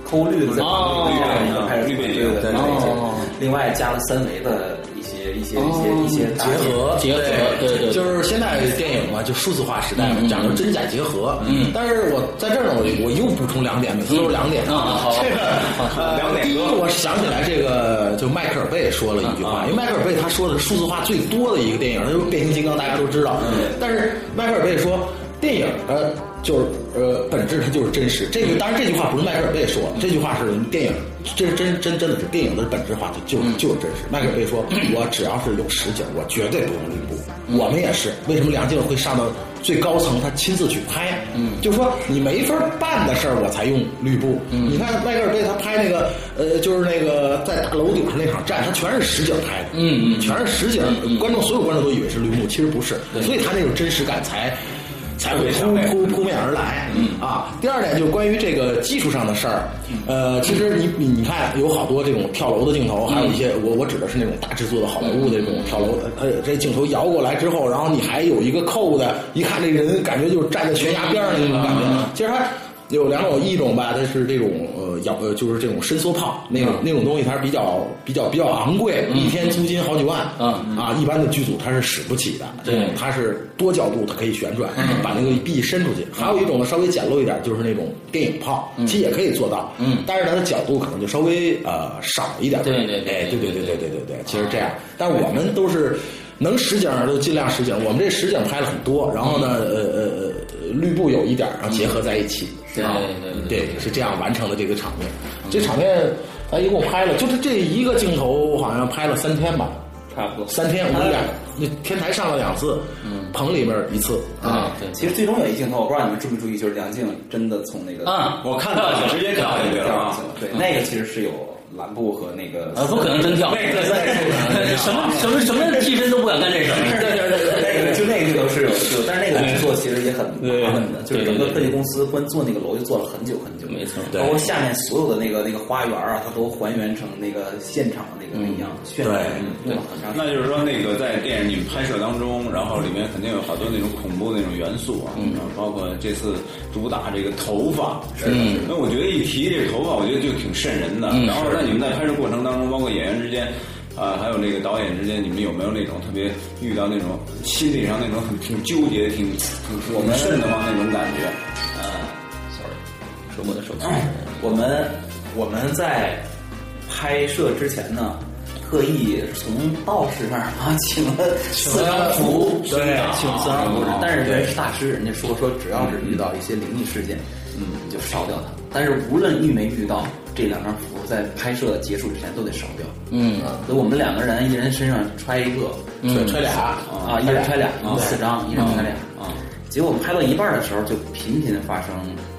S6: 抠绿的在
S2: 哦
S6: 这样一个拍摄
S7: 绿背景
S6: 对对
S7: 对
S6: 对，
S2: 哦
S6: 另外加了三维的一些一些一些一些搭
S2: 哦
S5: 结
S6: 配
S5: 合
S2: 呃结合对对对嗯
S5: 就是现在电影嘛，就数字化时代嘛，讲究真假结合。嗯，但是我在这儿呢，我我又补充两点，每次都是两点。
S2: 啊好
S5: 这个两点。第一，我想起来这个，就迈克尔贝说了一句
S2: 嗯
S5: 话，因为迈克尔贝他说的是数字化最多的一个电影，他说变形金刚大家都知道，
S2: 嗯
S5: 但是迈克尔贝说电影呃就是呃本质它就是真实。这个当然这句话不是迈克尔贝说，这句话是电影。这是真真真的是电影的本质化，就就就是真实。迈克尔贝说：“我只要是有实景，我绝对不用绿布。”我们也是。为什么梁静会上到最高层，他亲自去拍？嗯，就说你没法办的事儿，我才用绿布。你看迈克尔贝他拍那个呃，就是那个在大楼顶上那场战，他全是实景拍的。嗯嗯，全是实景，观众所有观众都以为是绿幕，其实不是。所以他那种真实感才。才会扑扑扑面而来。嗯啊，第二点就是关于这个技术上的事儿。呃，其实你你你看，有好多这种跳楼的镜头，还有一些我我指的是那种大制作的好莱坞的这种跳楼，呃，这镜头摇过来之后，然后你还有一个扣的，一看这人感觉就是站在悬崖边上那种感觉。其实它有两种，一种吧，它是这种呃摇呃就是这种伸缩炮那
S2: 嗯
S5: 种那种东西，它是比较比较比较昂贵，一天租金好几万。
S2: 嗯
S5: 啊，一般的剧组它是使不起的，这种它是多角度它可以旋转，
S2: 嗯
S5: 把那个臂伸出去。还有一种呢，稍微简陋一点，就是那种电影炮，其实也可以做到，嗯，但是它的角度可能就稍微呃少一点。
S2: 对对对
S5: 哎，对对对对对对对，其实这样，但我们都是。能实景儿就尽量实景儿，我们这实景儿拍了很多，然后呢，呃呃呃，绿布有一点儿，然后结合在一起，
S2: 对
S5: 啊
S2: 对对
S5: 对，是这样完成的这个场面。这场面咱一共拍了，就是这一个镜头好像拍了三天吧，
S6: 差不多。
S5: 三天我们俩那天台上了两次，棚里面一次啊。
S2: 对
S6: 其实最终有一镜头，我不知道你们注没注意，就是梁静真的从那个
S2: 啊
S7: 我看到了直接看到那个
S6: 掉
S7: 了
S6: 下
S7: 啊
S6: 去了。对，那个其实是有蓝布和那个
S2: 啊，不可能真跳，
S6: 那个那个
S2: 什么什么什么替身都不敢干这事儿。
S6: 对对对，那个就那个镜头是有，有，但是那个制作其实也很麻烦的，就是整
S2: 对对对
S6: 个特技公司光做那个楼就做了很久很久，
S2: 没错
S6: 包括下面所有的那个那个花园啊，它都还原成那个现场那个一样，
S2: 嗯
S6: 渲染用了很长时间。
S7: 那就是说，那个在电影你们拍摄当中，然后里面肯定有好多那种恐怖那种元素啊，然后包括这次主打这个头发，嗯，那我觉得一提这个头发，我觉得就挺瘆人的。然后，那你们在拍摄过程当中，包括演员之间。啊，还有那个导演之间，你们有没有那种特别遇到那种心理上那种很挺纠结、挺挺我们瘆得慌那种感觉？
S6: 说我的手机。我们我们在拍摄之前呢，特意从道士那儿啊请了四张符，
S5: 请了
S6: 对
S5: 张符
S6: 请了四张符，但是人是大师，人家说说只要是遇到一些灵异事件，嗯，你就烧掉它。但是无论遇没遇到，这两张符在拍摄结束之前都得烧掉。啊
S2: 嗯，
S6: 所以我们两个人一人身上揣一个，
S5: 揣揣俩
S6: 啊，一人揣俩，四张，一人揣俩啊。结果我们拍到一半的时候，就频频发生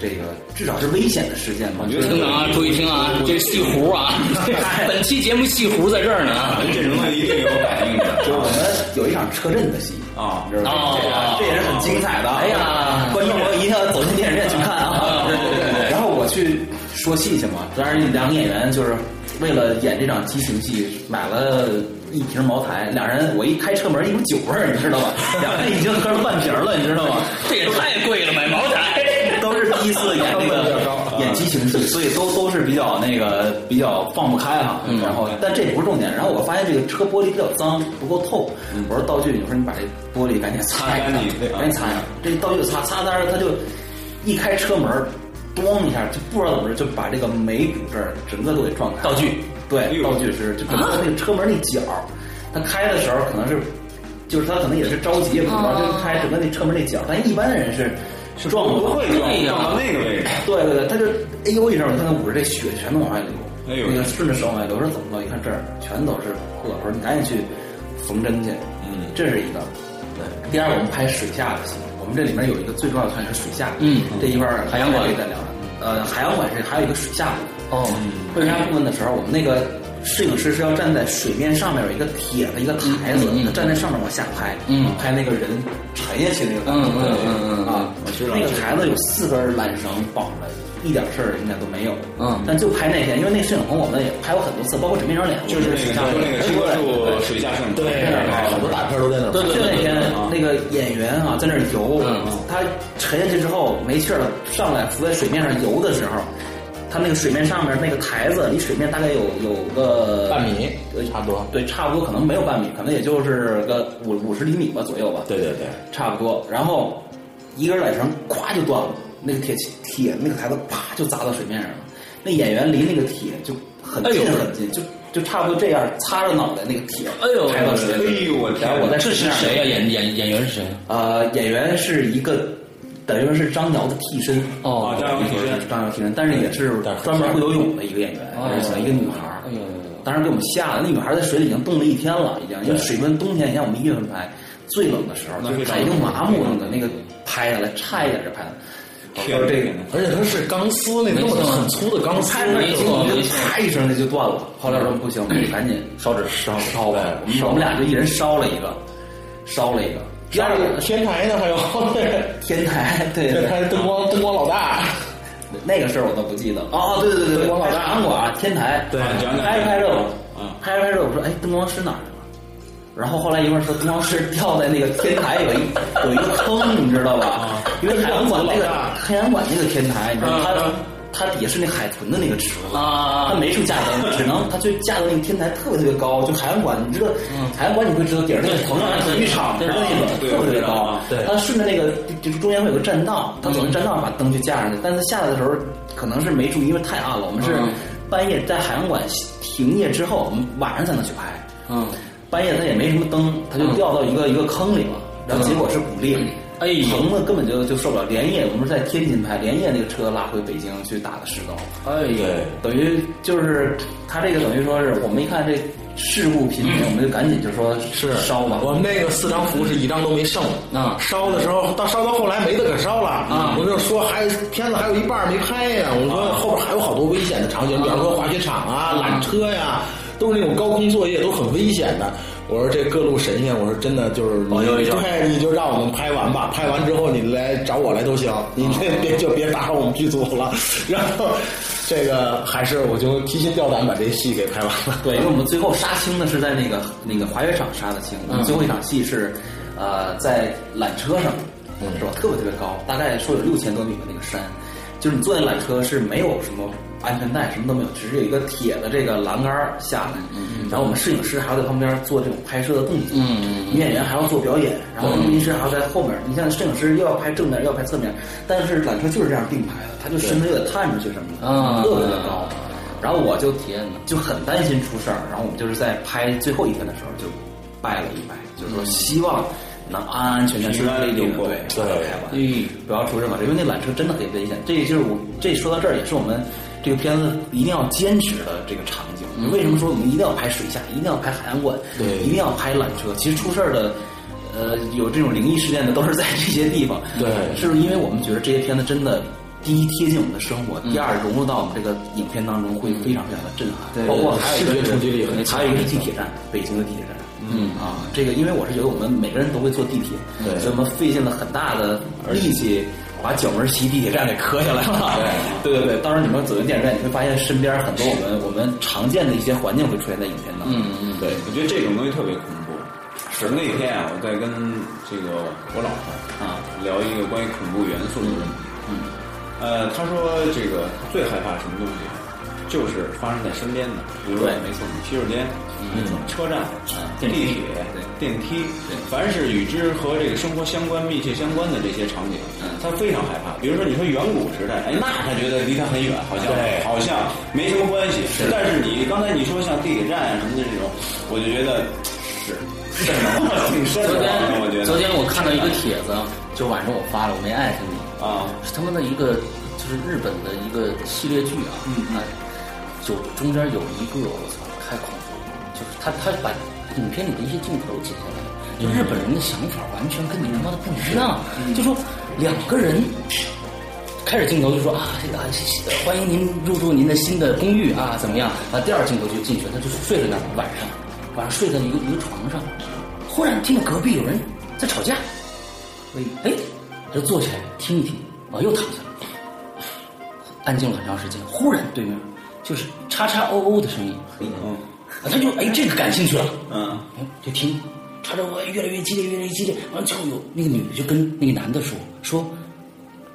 S6: 这个至少是危险的事件嘛。我觉
S2: 听啊，注意听啊，这戏胡啊，
S5: (laughs)
S2: 本期节目戏胡在这儿呢啊。
S7: 这种东西一定有反应的。
S6: 就我们有一场车震的戏
S7: 啊
S6: 就是这
S2: 哦
S6: 个这也是很精彩的。哎呀，观众朋友一定要走进电影院去看啊！对对对。然后我去说戏去嘛，当然两个演员就是为了演这场激情戏，买了一瓶茅台，两人我一开车门一股酒味儿，你知道吗？两人已经喝了半瓶了，你知道吗？
S2: 这也太贵了，买茅台。
S6: (laughs) 都是第一次演那个演激情戏，所以都都是比较那个比较放不开哈、然后，但这不是重点。然后我发现这个车玻璃比较脏，不够透。我说道具，我说你把这玻璃赶紧擦一
S7: 擦干净对
S6: 赶紧擦一下。这道具擦擦，但是他就一开车门，咣一下，就不知道怎么着，就把这个眉骨这儿整个都给撞开。道具对
S7: 哎，呦
S6: 道具是就整个那个车门那角，他开的时候可能是。就是他可能也是着急，也不知道，就开整个那车门那角。但一般人是是撞
S7: 不
S6: 到
S7: 会啊
S6: 的
S7: 撞撞到那个位置，
S6: 啊对对对，他就哎呦一声，我看捂着这血全都往外流，
S7: 哎呦
S6: 那个顺着手往外流，我说怎么了？一看这儿全都是破，我说你赶紧去缝针去，嗯，这是一个。对，第二我们拍水下的戏，我们这里面有一个最重要的全是水下，
S2: 嗯
S6: 这一块儿
S2: 海洋馆
S6: 可以再聊聊。呃，海洋馆是还有一个水下嗯部
S2: 哦，
S6: 水下部分的时候，我们那个摄影师是要站在水面上面有一个铁的一个台子，
S2: 嗯嗯嗯
S6: 他站在上面往下拍，
S2: 嗯
S6: 拍那个人沉下去那个感觉，
S2: 嗯嗯嗯嗯
S6: 啊，那个台子有四根缆绳绑着，一点事儿应该都没有。
S2: 嗯
S6: 但就拍那天，因为那摄影棚我们也拍过很多次，包括整面张脸，
S7: 就是那
S6: 水
S7: 个
S6: 下
S7: 就
S6: 的
S7: 那个
S6: 对
S7: 遮住水下摄影棚，
S5: 在那儿拍好多大片都在那儿拍。
S6: 就那天那个演员啊，在那儿游，他沉下去之后没气儿了，上来浮在水面上游的时候，它那个水面上面那个台子离水面大概有有个
S5: 半米啊
S6: 呃
S5: 差不多
S6: 对，差不多可能没有半米，可能也就是个五五十厘米吧左右吧。
S5: 对对对，
S6: 差不多。然后一个人缆绳咵就断了，那个铁铁那个台子啪就砸到水面上了。那演员离那个铁就很
S2: 哎
S6: 近
S2: 呦
S6: 很近，就就差不多这样擦着脑袋那个铁，
S2: 哎呦
S6: 拍到水
S7: 哎
S6: 里。
S7: 呦我天
S6: 然后我在
S2: 这是
S6: 水面上
S2: 谁呀、演演演员是谁？
S6: 呃，演员是一个，等于说是张瑶的替身
S2: 哦
S7: 啊，张扬
S6: 张
S7: 女士
S6: 瑶张瑶替身，但是也是哦专门会游泳的一个演员，而且一个女孩儿。
S2: 哎呦
S6: 当时给我们吓的，那女孩在水里已经冻了一天了，已经，因为水温冬天，你看我们一月份拍，最冷的时候，就是她已经麻木了的那个拍下来，差一点就拍了。
S7: 天
S6: 就是这个，
S5: 而且它是钢丝，那弄的很粗的钢丝，
S6: 拍那
S2: 没
S6: 一
S2: 错
S6: 就
S2: 没错
S6: 啪一声那就断了。后来我说不行，我 (laughs) 们赶紧烧纸烧烧吧，我们我们俩就一人烧了一个，烧了一个。第二个
S5: 天台呢，还有
S6: 天台，对对
S5: 天
S6: (laughs) 对，
S5: 台灯光灯光老大，
S6: 那个事儿我都不记得了。哦，对对对对，
S5: 灯光老大
S6: 茶馆啊天台，
S5: 对
S7: 讲讲
S6: 拍着拍着我，
S7: 嗯
S6: 拍着拍着我说，哎，灯光师哪儿去了？然后后来一会儿说，灯光师掉在那个天台有一有一个坑，你知道吧？因为海洋馆那
S5: 灯光
S6: 个
S5: 老大
S6: 海洋馆那个天台，你知道它
S5: 嗯嗯
S6: 它底下是那海豚的那个池子。它
S2: 啊！
S6: 没处架灯，只能它就架到那个天台特别特别高，就海洋馆，你知道，海洋馆你会知道顶上那个棚上体育场的那个
S7: 对
S6: 特别特别
S7: 我知道
S6: 高
S7: 啊，
S5: 对
S6: 它顺着那个就是中间会有个栈道，它走那栈道把灯就架上去，但是下来的时候可能是没注意，因为太暗了，我们是
S2: 嗯
S6: 半夜在海洋馆停业之后，我们晚上才能去拍，
S2: 嗯，
S6: 半夜它也没什么灯，它就掉到一个一个坑里了，然后结果是骨裂。
S2: 哎呦
S6: 疼的根本就就受不了，连夜我们是在天津拍，连夜那个车拉回北京去打的石膏，
S2: 哎呦，
S6: 等于就是他这个等于说是我们一看这事故频频，我们就赶紧就说
S5: 是
S6: 烧吧。
S5: 我们那个四张符是一张都没剩，
S2: 啊
S5: 烧的时候到烧到后来没得可烧了，啊我们就说还片子还有一半没拍呀，我们说后边还有好多危险的场景，比方说滑雪场啊、缆车呀，都是那种高空作业，都很危险的。我说这各路神仙，我说真的就是你，对，你就让我们拍完吧，拍完之后你来找我来都行，你这别就别打扰我们剧组了。 (laughs) 然后这个还是我就提心吊胆把这戏给拍完了。 (laughs)
S6: 对，因为我们最后杀青呢是在那个那个滑雪场杀的青，我
S2: 嗯
S6: 们最后一场戏是呃在缆车上，
S2: 嗯
S6: 是吧？特别特别高，大概说有六千多米的那个山，就是你坐在缆车是没有什么安全带，什么都没有，只是有一个铁的这个栏杆儿下来，
S2: 嗯
S6: 然后我们摄影师还要在旁边做这种拍摄的动作，
S2: 嗯
S6: 女演员还要做表演，然后录音师还要在后面，你像摄影师又要拍正面又要拍侧面，但是缆车就是这样并排的，他就身子有点探出去什么的，
S2: 啊
S6: 特别的高。然后我就体验就很担心出事儿，然后我们就是在拍最后一天的时候就拜了一拜，就是说希望能安安全全顺利利
S7: 平
S6: 的
S7: 安
S6: 对
S7: 地
S6: 对拍完，
S2: 嗯
S6: 不要出任何事，因为那缆车真的很危险。这就是我这说到这儿也是我们这个片子一定要坚持的这个场景。为什么说我们一定要拍水下，一定要拍海洋馆，
S5: 对
S6: 一定要拍缆车？其实出事儿的。呃，有这种灵异事件的都是在这些地方，
S5: 对
S6: 是不是因为我们觉得这些片子真的，第一贴近我们的生活，
S5: 嗯
S6: 第二融入到我们这个影片当中会非常非常的震撼，
S5: 对
S6: 包括还有一个
S5: 视觉冲击力很
S6: 还有一个是地铁站，北京的地铁站，嗯啊，这个因为我是觉得我们每个人都会坐地铁，
S5: 对
S6: 所以我们费尽了很大的力气把角门旗地铁站给磕下来了。对对对，当然你们走进电影院，你会发现身边很多我们我们常见的一些环境会出现在影片当中。嗯嗯，对，
S7: 我觉得这种东西特别恐怖。是那天啊，我在跟这个我老婆
S6: 啊
S7: 聊一个关于恐怖元素的问题。嗯，呃，她说这个她最害怕什么东西，就是发生在身边的，比如说
S6: 对
S7: 没错，你洗手间、嗯、车站、地
S6: 电梯
S7: 铁、电梯，凡是与之和这个生活相关、密切相关的这些场景，她非常害怕。比如说你说远古时代，哎，那她觉得离她很远，好像
S5: 对
S7: 好像没什么关系。但是你刚才你说像地铁站啊什么的这种，我就觉得是是吗挺深
S2: 昨
S7: 的，我
S2: 天
S7: 觉得。
S2: 昨天我看到一个帖子，就晚上我发了，我没艾特你。
S7: 啊，
S2: 是他们的一个就是日本的一个系列剧啊，嗯，有中间有一个我操太恐怖了，就是他他把影片里的一些镜头剪下来，就日本人的想法完全跟你他妈的不一样，就说两个人。开始镜头就说啊，这个啊欢迎您入住您的新的公寓啊，怎么样？啊，第二镜头就进去了，他就睡在那儿，晚上，晚上睡在一个一个床上，忽然听见隔壁有人在吵架，哎，他就坐起来听一听，啊，又躺下了，安静了很长时间。忽然对面就是叉叉哦哦的声音，
S7: 嗯
S2: 啊，他就哎这个感兴趣了，
S7: 嗯，
S2: 哎就听，叉叉哦哎越来越激烈，越来越激烈。完了之后有那个女的就跟那个男的说说，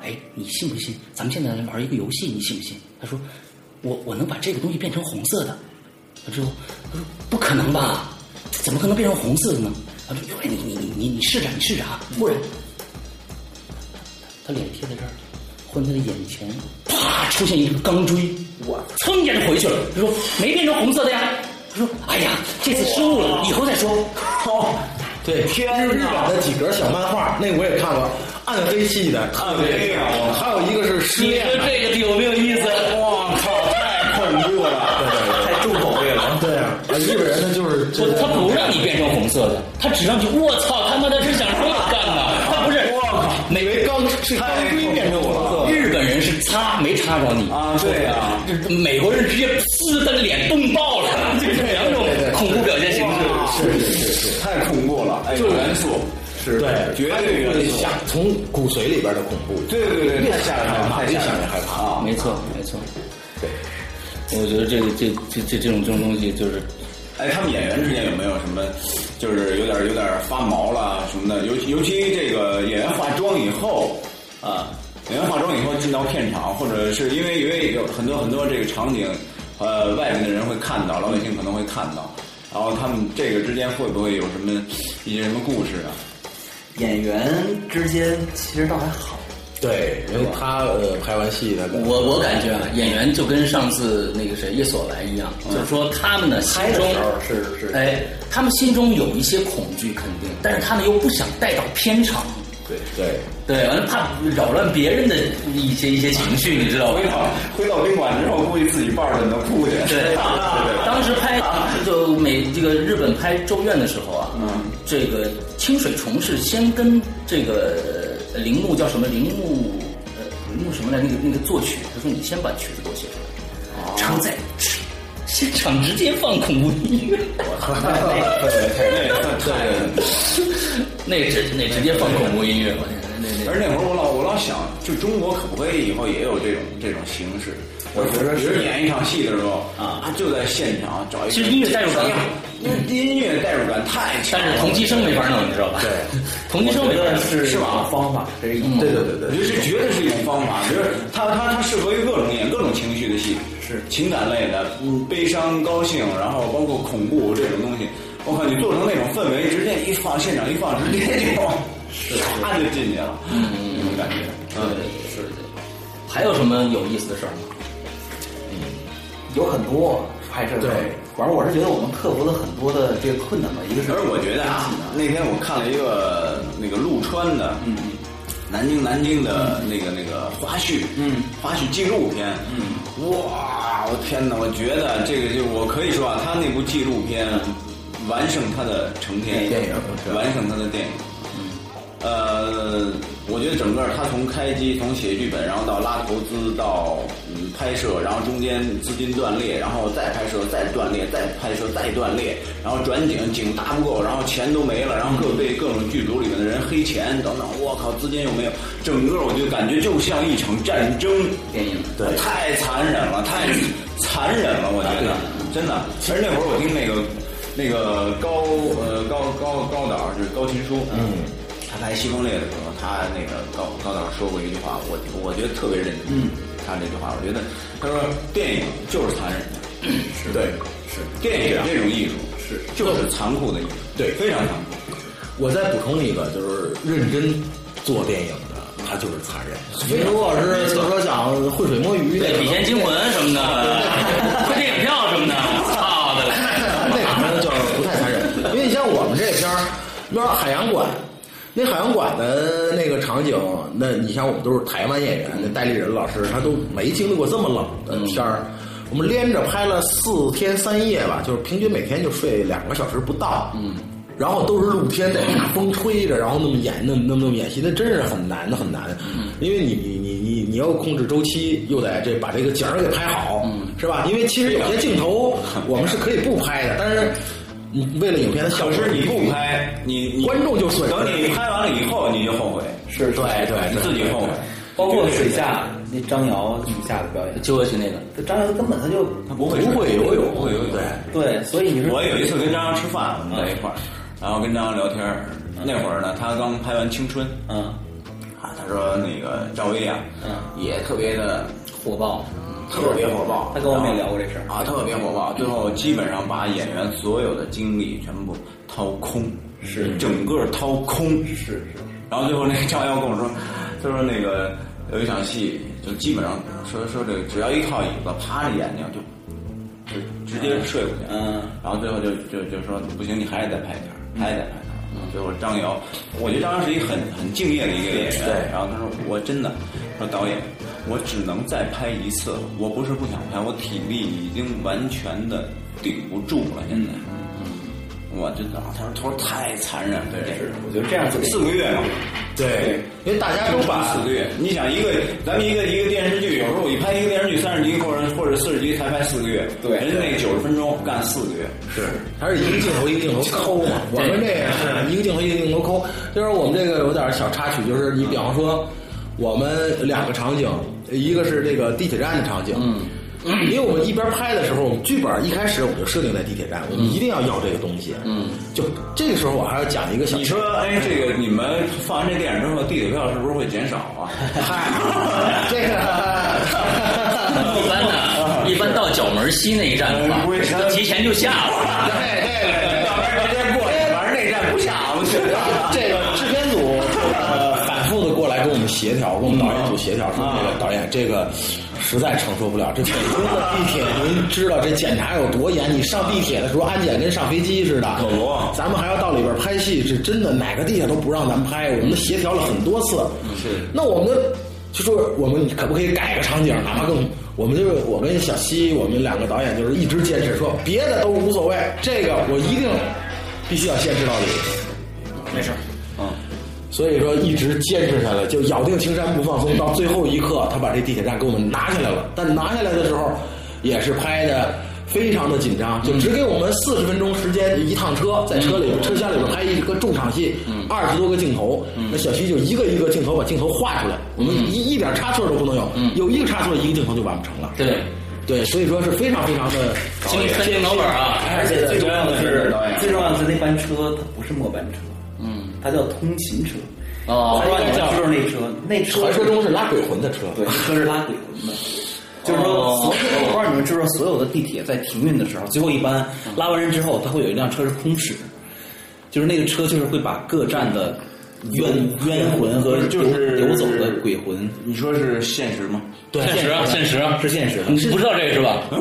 S2: 哎，你信不信？咱们现在玩一个游戏，你信不信？他说我我能把这个东西变成红色的。他说，他说不可能吧？怎么可能变成红色的呢？他说，哎，你你你你你试着，你试着啊！忽然，他脸贴在这儿，忽然他的眼前啪出现一个钢锥，我噌一下就回去了。他说没变成红色的呀。他说，哎呀，这次失误了，以后再说。
S5: 对，日日本的几格小漫画，那我也看过，暗黑系的，
S7: 暗黑啊，我
S5: 还有一个是失恋的，
S2: (laughs) 这个有没有意思？
S7: 我靠，太恐怖了，太重口味了。
S5: 对啊，日本人他就是
S2: 不，他不让你变成红色的，他只让你我操，他妈的是想这么干的，他不是我靠，哪位
S5: 刚是钢
S7: 太
S5: 锥变成
S7: 恐怖
S5: 我
S7: 了
S2: 日本人是擦没擦着你
S7: 啊！对啊，
S2: 这美国人直接呲他的脸冻爆了，这是两种恐怖表现形式。
S7: 是是是，太恐怖了，哎，元素是
S5: 对
S7: 绝对元素，
S5: 吓，从骨髓里边的恐怖，
S7: 对对对对，太吓人了，太
S5: 越
S7: 吓
S5: 想
S7: 人
S5: 越
S7: 了
S5: 害怕。
S7: 啊！
S2: 没错，没错。对，我觉得这个这这这这种这种东西就是
S7: 哎，他们演员之间有没有什么，就是有点有点发毛了什么的？尤其尤其这个演员化妆以后啊，演员化妆以后进到片场，或者是因为因为有很多很多这个场景，呃，外面的人会看到，老百姓可能会看到，然后他们这个之间会不会有什么一些什么故事啊？
S6: 演员之间其实倒还好。
S5: 对，因为他呃拍完戏的，
S2: 我我感觉啊，嗯演员就跟上次那个谁叶索来一样，就是说他们呢心中
S6: 是是
S2: 哎，他们心中有一些恐惧，肯定，但是他们又不想带到片场，
S5: 对对，
S2: 对，完了怕扰乱别人的一些一些情绪，你知道吧
S7: 回？到回到宾馆之后，估计自己抱着你的哭去。
S2: 对，当时拍就美这个日本拍《咒怨》的时候啊，
S7: 嗯，
S2: 这个清水崇是先跟这个呃铃木叫什么铃木呃铃木什么来那个那个作曲，他说你先把曲子给我写出来，然后再现场直接放恐怖音乐，
S7: 那太
S2: (laughs) 那直那直接放恐怖音乐，我天，那那
S7: 而那会儿我老我老想，就中国可不可以以后也有这种这种形式？我觉得是演一场戏的时候啊，他就在现场找一个，
S2: 其实音乐代入感
S7: 因为音乐代入感太强
S2: 但
S7: 了。
S2: 是同期声没法弄，你知道吧？对，同期声没法弄，
S7: 是吧？
S6: 方法，这是一
S5: 对对对
S7: 我
S5: 对
S7: 觉得这绝对是一种方法，就是它它它适合于各种演各种情绪的戏，是情感类的，嗯，悲伤、高兴，然后包括恐怖这种东西。我靠，你做成那种氛围，直接一放现场一放，直接就 (laughs) 唰就进去了，那种感觉。嗯，
S2: 是的。还有什么有意思的事儿吗？
S6: 有很多拍摄的
S5: 对
S6: 反正我是觉得我们克服了很多的这个困难吧，一个是
S7: 而我觉得啊，那天我看了一个那个陆川的，嗯嗯，南京南京的那个那个花絮，嗯，花絮纪录片，嗯，哇，我天哪，我觉得这个就我可以说啊，他那部纪录片完胜他的成片
S5: 电影是吧
S7: 完胜他的电影。呃，我觉得整个他从开机，从写剧本，然后到拉投资，到嗯拍摄，然后中间资金断裂，然后再拍摄，再断裂，再拍摄，再断裂，然后转景，景搭不够，然后钱都没了，然后各被各种剧组里面的人黑钱等等，我靠，资金又没有，整个我就感觉就像一场战争，
S2: 电影
S5: 对
S7: 太残忍了，太残忍了，我觉得真的。其实那会儿我听那个那个高呃高高高导就是高琴书，嗯，他拍《西风烈》的时候，他那个高高导说过一句话，我我觉得特别认同，
S5: 嗯
S7: 他这句话，我觉得他说电影就是残忍的，是对，是电影这种艺术是就是残酷的艺术，
S5: 啊对
S7: 非常残酷。
S5: 我再补充一个，就是认真做电影的，他就是残忍。你如果是就说想浑水摸鱼的，
S2: 对，笔仙惊魂什么的，快电影票什么的，操的
S5: 那
S2: 嘞！
S5: 什么就是不太残忍，因为你像我们这片儿，比如说海洋馆，那海洋馆的那个场景，那你像我们都是台湾演员，那戴立忍老师他都没经历过这么冷的天儿。我们连着拍了四天三夜吧，就是平均每天就睡两个小时不到。嗯，然后都是露天的，大风吹着，然后那么演，那么那么那么演戏，那真是很难的，很难。因为你你你你你要控制周期，又得这把这个景儿给拍好，
S7: 嗯
S5: 是吧？因为其实有些镜头我们是可以不拍的，但是你为了影片的效
S7: 可
S5: 果，
S7: 是你不拍，你你
S5: 观众就水
S7: 等你拍完了以后，你就后悔，
S5: 是对对
S7: 你自己后悔。
S6: 包括水下
S5: 嗯
S6: 那张瑶水下的表演，
S2: 就过去那个，
S6: 就张瑶根本他就
S7: 他不会
S5: 不会游泳，
S7: 不会游泳。
S5: 对。
S6: 对，所以你说
S7: 我有一次跟张扬吃饭，我们在一块儿，
S5: 嗯
S7: 然后跟张扬聊天儿。那会儿呢，他刚拍完《青春》
S6: 嗯
S7: 啊，他说那个赵薇啊，也特别的
S2: 火爆，
S5: 特别火爆。
S6: 嗯他跟我们也聊过这事儿。
S7: 啊，特别火爆。最后基本上把演员所有的精力全部掏空，
S6: 嗯
S7: 是整个掏空，是是。然后最后那个张瑶跟我说，他说那个有一场戏，就基本上说说这个只要一靠椅子，趴着眼睛就就直接睡过去。
S6: 嗯，
S7: 然后最后就就就说不行，你还是得拍点儿，还是得拍点儿。嗯最后张瑶，我觉得张瑶是一个很很敬业的一个演员。对。然后他说我真的，说导演，我只能再拍一次，我不是不想拍，我体力已经完全的顶不住了，现在。我真的，啊他说他说太残忍了，对，是
S6: 我觉得这样子
S7: 四个月嘛，
S5: 对，因为大家都把
S7: 四个月。你想一个，咱们一个一个电视剧，有时候我一拍一个电视剧三十集或者或者四十集才拍四个月，
S6: 对
S7: 人家那九十分钟干四个月，
S5: 是，还是一个镜头一个镜头抠嘛。我们这也是一个镜头一个镜头抠，就是我们这个有点小插曲，就是你比方说，我们两个场景，一个是这个地铁站的场景，嗯。因为我们一边拍的时候，我们剧本一开始我们就设定在地铁站，我
S7: 嗯
S5: 们一定要要这个东西。嗯，就这个时候我还要讲一个小
S7: 你说，哎，这个你们放完这电影之后，地铁票是不是会减少
S5: (laughs)
S7: 啊？
S5: 嗨，这个，
S2: (laughs) 一
S5: (laughs)
S2: 般呢，一般到角门西那一站的话，都提前就下了。
S5: 对对对。
S7: 要不然直接过去，反正那站不下，我去。
S5: 这个制片
S7: (laughs)
S5: 组呃反复的过来跟我们协调，跟我们导演组协调说，
S7: 啊
S5: 这个导演这个实在承受不了，这北京的地铁您知道这检查有多严，你上地铁的时候安检跟上飞机似的，
S7: 可不
S5: 咱们还要到里边拍戏，是真的哪个地铁都不让咱们拍，我们协调了很多次，
S7: 是
S5: 那我们就说我们可不可以改个场景，哪怕更。我们就是我跟小西，我们两个导演就是一直坚持说别的都无所谓，这个我一定必须要先知道底。所以说一直坚持下来，就咬定青山不放松，到最后一刻，他把这地铁站给我们拿下来了。但拿下来的时候，也是拍的非常的紧张，就只给我们四十分钟时间，一趟车在车里边、车厢里边拍一个重场戏，二十多个镜头，那小徐就一个一个镜头把镜头画出来，我们一一点差错都不能有，有一个差错一个镜头就完不成了。
S2: 对，
S6: 哦
S5: 对，所以说是非常非常的
S2: 经三金老板啊，
S6: 而且最重要的是，最重要的是那班车它不是末班车，嗯，它叫通勤车。
S2: 哦
S6: 我不知道你们知道那车，那车
S5: 传说中是拉鬼魂的车，
S6: 对，车是拉鬼魂的。就是说，所有我不知道你们知不知道，所有的地铁在停运的时候，最后一班拉完人之后，它会有一辆车是空驶，就是那个车就是会把各站的冤冤魂和
S7: 就是
S6: 游走的鬼魂，
S7: 你说是现实吗？
S5: 对
S2: 现实啊，现实啊，
S6: 是现实的
S2: 你不知道这个是吧？ (laughs)
S6: 现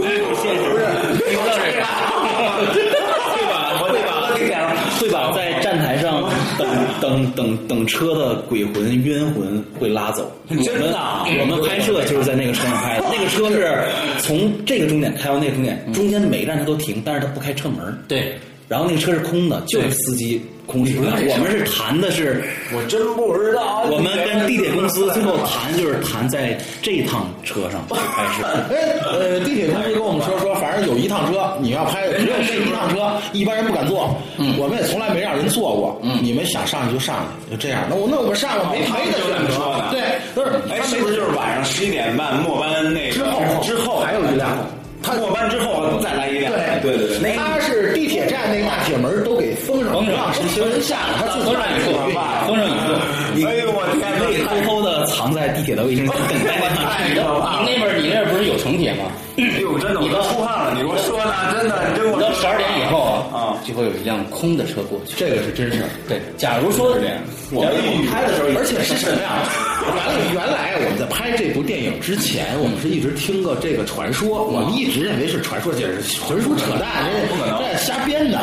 S6: 实不是
S2: 你不知道这个。
S6: 我会把会把在站台上等等等等车的鬼魂冤魂会拉走。
S7: 真的啊
S6: 我们我们拍摄就是在那个车上拍的，那个车是从这个终点开到那个终点，中间每一站它都停，但是它不开车门儿。
S2: 对，
S6: 然后那个车是空的，就是司机空驶的。我们是谈的是，
S7: 我真不知道
S6: 我们跟地铁公司最后谈就是谈在这趟车上去拍摄。
S5: 哎，呃，地铁公司跟我们说说，反正有一趟车，你要拍，只有这一趟车，一般人不敢坐。
S7: 嗯
S5: 我们也从来没让人坐过。你们想上去就上去，就这样。那我那我们上了没没得选择。对，都是
S7: 哎，是不是就是晚上十一点半末班那个
S5: 之后
S7: 之后
S5: 还有一辆，他
S7: 末班之后再来一辆？
S5: 对
S7: 对对对，
S5: 他是地铁站那大铁门都给封上，不让行人下来，他自己
S2: 封上以后，
S7: 那哎呦我天
S6: 可以
S7: 哪！
S6: 偷偷的藏在地铁的卫
S2: (laughs)
S6: 生间，等待那趟车。
S2: 你那边儿你那边儿不是有城铁吗？
S7: 哎呦，真的，我都出汗了，你给我说呢，真的，真我
S2: 到十二点以后
S7: 啊，
S2: 就会有一辆空的车过去。
S5: 这个是真事儿。
S2: 对，假如说
S6: 我
S7: 哎
S6: 们我们拍的时候也，
S5: 而且是什么呀？原原来我们在拍这部电影之前，我们是一直听过这个传说，我们一直认为是传说，就是纯属扯淡，这这瞎编的。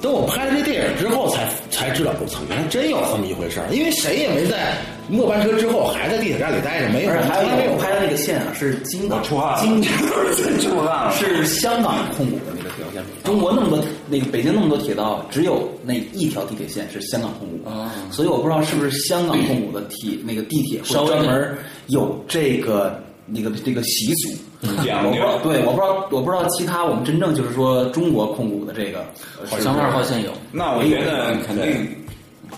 S5: 等我拍了这电影之后才，才知道，我操，原来真有这么一回事儿。因为谁也没在末班车之后还在地铁站里待着，没有，
S6: 而且还有
S5: 从来没有
S6: 我拍的那个线啊，是京
S7: (laughs)
S6: 港，
S7: 出汗了，
S6: 京
S7: 真出汗了。
S6: 是香港控股的那个铁道线。中国那么多，那个北京那么多铁道，只有那一条地铁线是香港控股。
S2: 哦
S6: 所以我不知道是不是香港控股的铁那个地铁
S2: 稍
S6: 会
S2: 微
S6: 专门有这个那个这个习俗。
S7: 嗯讲究
S6: 我不对，我不知道，我不知道其他我们真正就是说中国控股的这个，呃
S2: 好像二号线有，
S7: 那我觉得肯定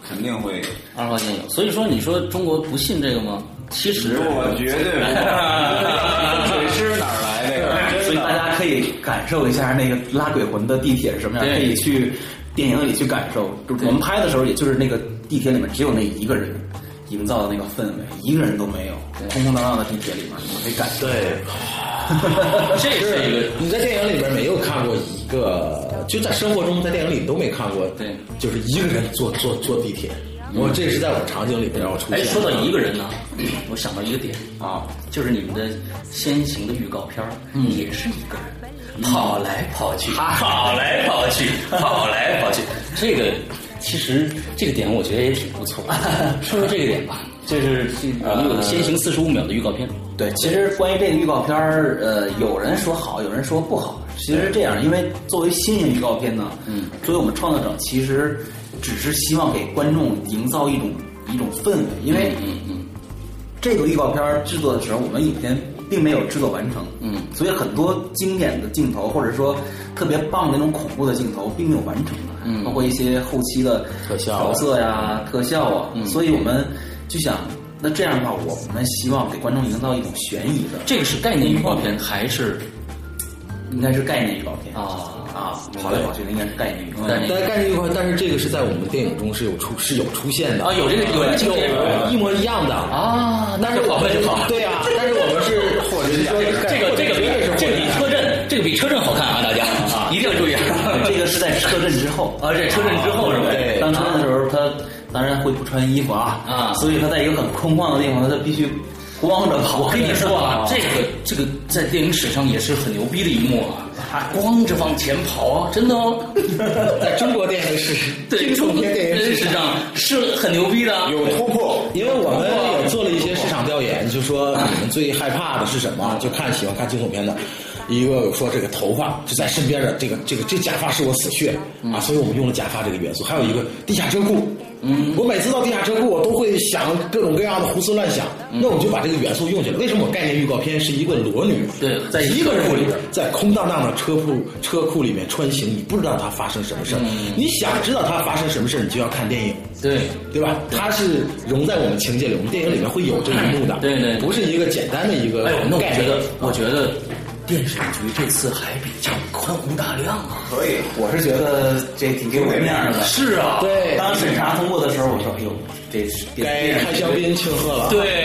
S7: 肯定会，
S2: 二号线有，所以说你说中国不信这个吗？其实
S7: 我绝对不 (laughs) 会。水师哪儿来这个？真
S6: 所以大
S7: 的。
S6: 家可以感受一下那个拉鬼魂的地铁是什么样，
S2: 对
S6: 可以去电影里去感受。就是我们拍的时候，也就是那个地铁里面只有那一个人
S2: (laughs)
S6: 营造的那个氛围，一个人都没有，空空荡荡的地铁里面，你可以感受。
S5: 对，
S2: 这是一个
S5: 你在电影里边没有看过一个，就在生活中，在电影里都没看过，
S2: 对，
S5: 就是一个人坐坐坐地铁，我这是在我场景里边要出
S2: 哎，
S5: 现。
S2: 说到一个人呢，
S6: 嗯
S2: 我想到一个点
S7: 啊，
S2: 就是你们的先行的预告片儿，
S6: 嗯
S2: 也是一个人跑来跑去，
S6: 啊
S2: 跑来跑 (laughs) 去，跑来跑去。这个其实这个点我觉得也挺不错，
S6: (laughs)
S2: 说说这个点吧，就是我们有先行四十五秒的预告片，
S6: 嗯呃对，其实关于这个预告片儿，呃，有人说好，有人说不好。其实这样，因为作为新型预告片呢，嗯，作为我们创作者，其实只是希望给观众营造一种一种氛围，因为嗯嗯，这个预告片儿制作的时候，我们影片并没有制作完成，嗯，所以很多经典的镜头，或者说特别棒的那种恐怖的镜头，并没有完成，嗯，包括一些后期的
S5: 特效啊
S6: 调色呀、特效啊，所以我们就想。那这样的话，我们希望给观众营造一种悬疑的，
S2: 这个是概念预告片还是
S6: 应该是概念预告片
S2: 啊？
S6: 啊，跑来跑去的应该是概念预告
S2: 概
S6: 片。
S2: 念
S5: 但概念一块，但是这个是在我们电影中是有出是有出现的
S2: 啊有这个有这个情节
S5: 有一模一样的
S2: 啊，
S5: 但是我们对呀、但是我们是或者是
S2: (laughs)
S5: 说
S2: 这个这个比这个比车震这个比车震好看啊，大
S6: (laughs)
S2: 家 (laughs) 一定要注意啊，
S6: 这个是在车震之后
S2: (laughs) 啊这车震之后是吧
S6: 对，当车震的时候，他当然会不穿衣服啊
S2: 啊
S6: 所以他在一个很空旷的地方，他必须光着跑。
S2: 我跟你说
S6: (laughs) 哦
S2: 啊，这个这个在电影史上也是很牛逼的一幕啊，他光着往前跑啊，真的
S6: (laughs)
S2: 哦，
S5: 在中国电影史、
S2: 对，
S5: 惊悚片电影
S2: 真
S5: 史
S2: 史
S5: 上
S2: 上是很牛逼的啊，
S5: 有突破，因为我们也做了一些市场调研，就说你们最害怕的是什么？就看喜欢看惊悚片的。一个有说这个头发就在身边的这个这个这假发是我死穴啊，所以我们用了假发这个元素。还有一个地下车库，嗯，我每次到地下车库，我都会想各种各样的胡思乱想。那我就把这个元素用进来。为什么我概念预告片是一个裸女，
S2: 对
S5: 在一个人里边，在空荡荡的车库车库里面穿行，你不知道她发生什么事儿。你想知道她发生什么事儿，你就要看电影。
S2: 对。
S5: 对吧？它是融在我们情节里，我们电影里面会有这一幕的，
S2: 对对
S5: 不是一个简单的一个
S2: 哎呦，那我
S5: 概
S2: 觉
S5: 念
S2: 得，我觉得电视剧这次还比较宽宏大量啊。
S7: 可以，
S6: 我是觉得这挺给我面儿的。
S2: 是啊，
S5: 对
S6: 当审查通过的时候，我说：“哎呦，这是
S5: 该开香。槟庆贺了。
S2: 对，
S6: 这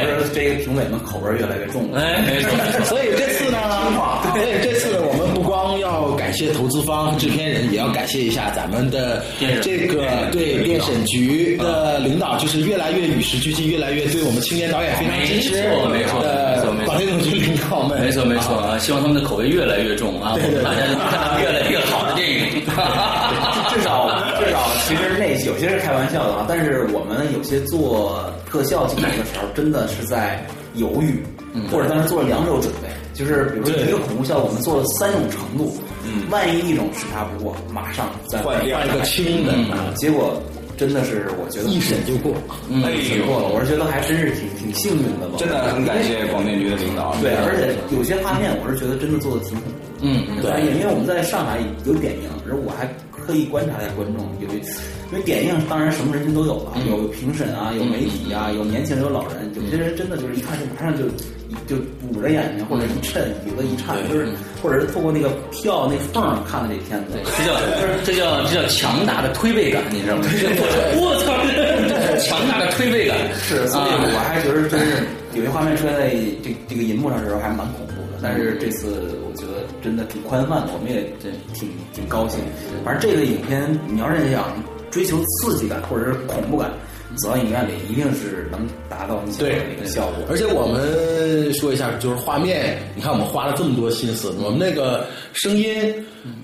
S6: 我说这个评委们口味越来越重了。
S2: 哎，没错没错。
S5: 所以这次呢，所以这次我们不光要感谢投资方和制片人，也要感谢一下咱们的
S2: 电
S5: 这个对电审局的领导，就是越来越与时俱进，越来越对我们青年导演非常支持
S2: 没错没错没错
S5: 的
S2: 没错
S5: 广电总局领导们，
S2: 没错没错啊，希望他们的口味越来越重啊，
S5: 对对
S2: 大家能看到越来越
S6: (laughs)
S2: 好的电影。
S6: 至少至少，其实那有些是开玩笑的啊，但是我们有些做特效镜头的时候，真的是在犹豫，或者当时做了两手准备，就是比如说一个恐怖效果，我们做了三种程度，嗯，万一一种时差不过，马上再
S7: 换第
S5: 换
S7: 二
S5: 一个轻的，
S6: 啊，结果真的是我觉得
S5: 一审就过。
S7: 哎
S6: 挺
S7: 呦，
S6: 过了，我是觉得还真是挺挺幸运的吧，
S7: 真的很感谢广电局的领导。
S6: 啊对，而且有些画面我是觉得真的做的挺恐怖。
S2: 嗯，
S6: 对，因为我们在上海有点映，而我还刻意观察一下观众，有一因为点映当然什么人群都有了，有评审啊，有媒体啊，有年轻人，有老人，有些人真的就是一看就马上就就捂着眼睛，或者一抻，有的一颤，就是或者是透过那个票那缝儿看的这片子。
S2: 这叫这叫这叫强大的推背感，你知道吗？我操，强大的推背感
S6: 是，所以
S2: 啊
S6: 我还觉得真是有些画面出现在这这个银幕上的时候还蛮恐怖的，但是这次我觉得真的挺宽泛的，我们也这挺挺高兴。反正这个影片，你要是想追求刺激感或者是恐怖感，走到影院里一定是能达到你想要的那个效果。
S5: 而且我们说一下，就是画面，你看我们花了这么多心思，我们那个声音，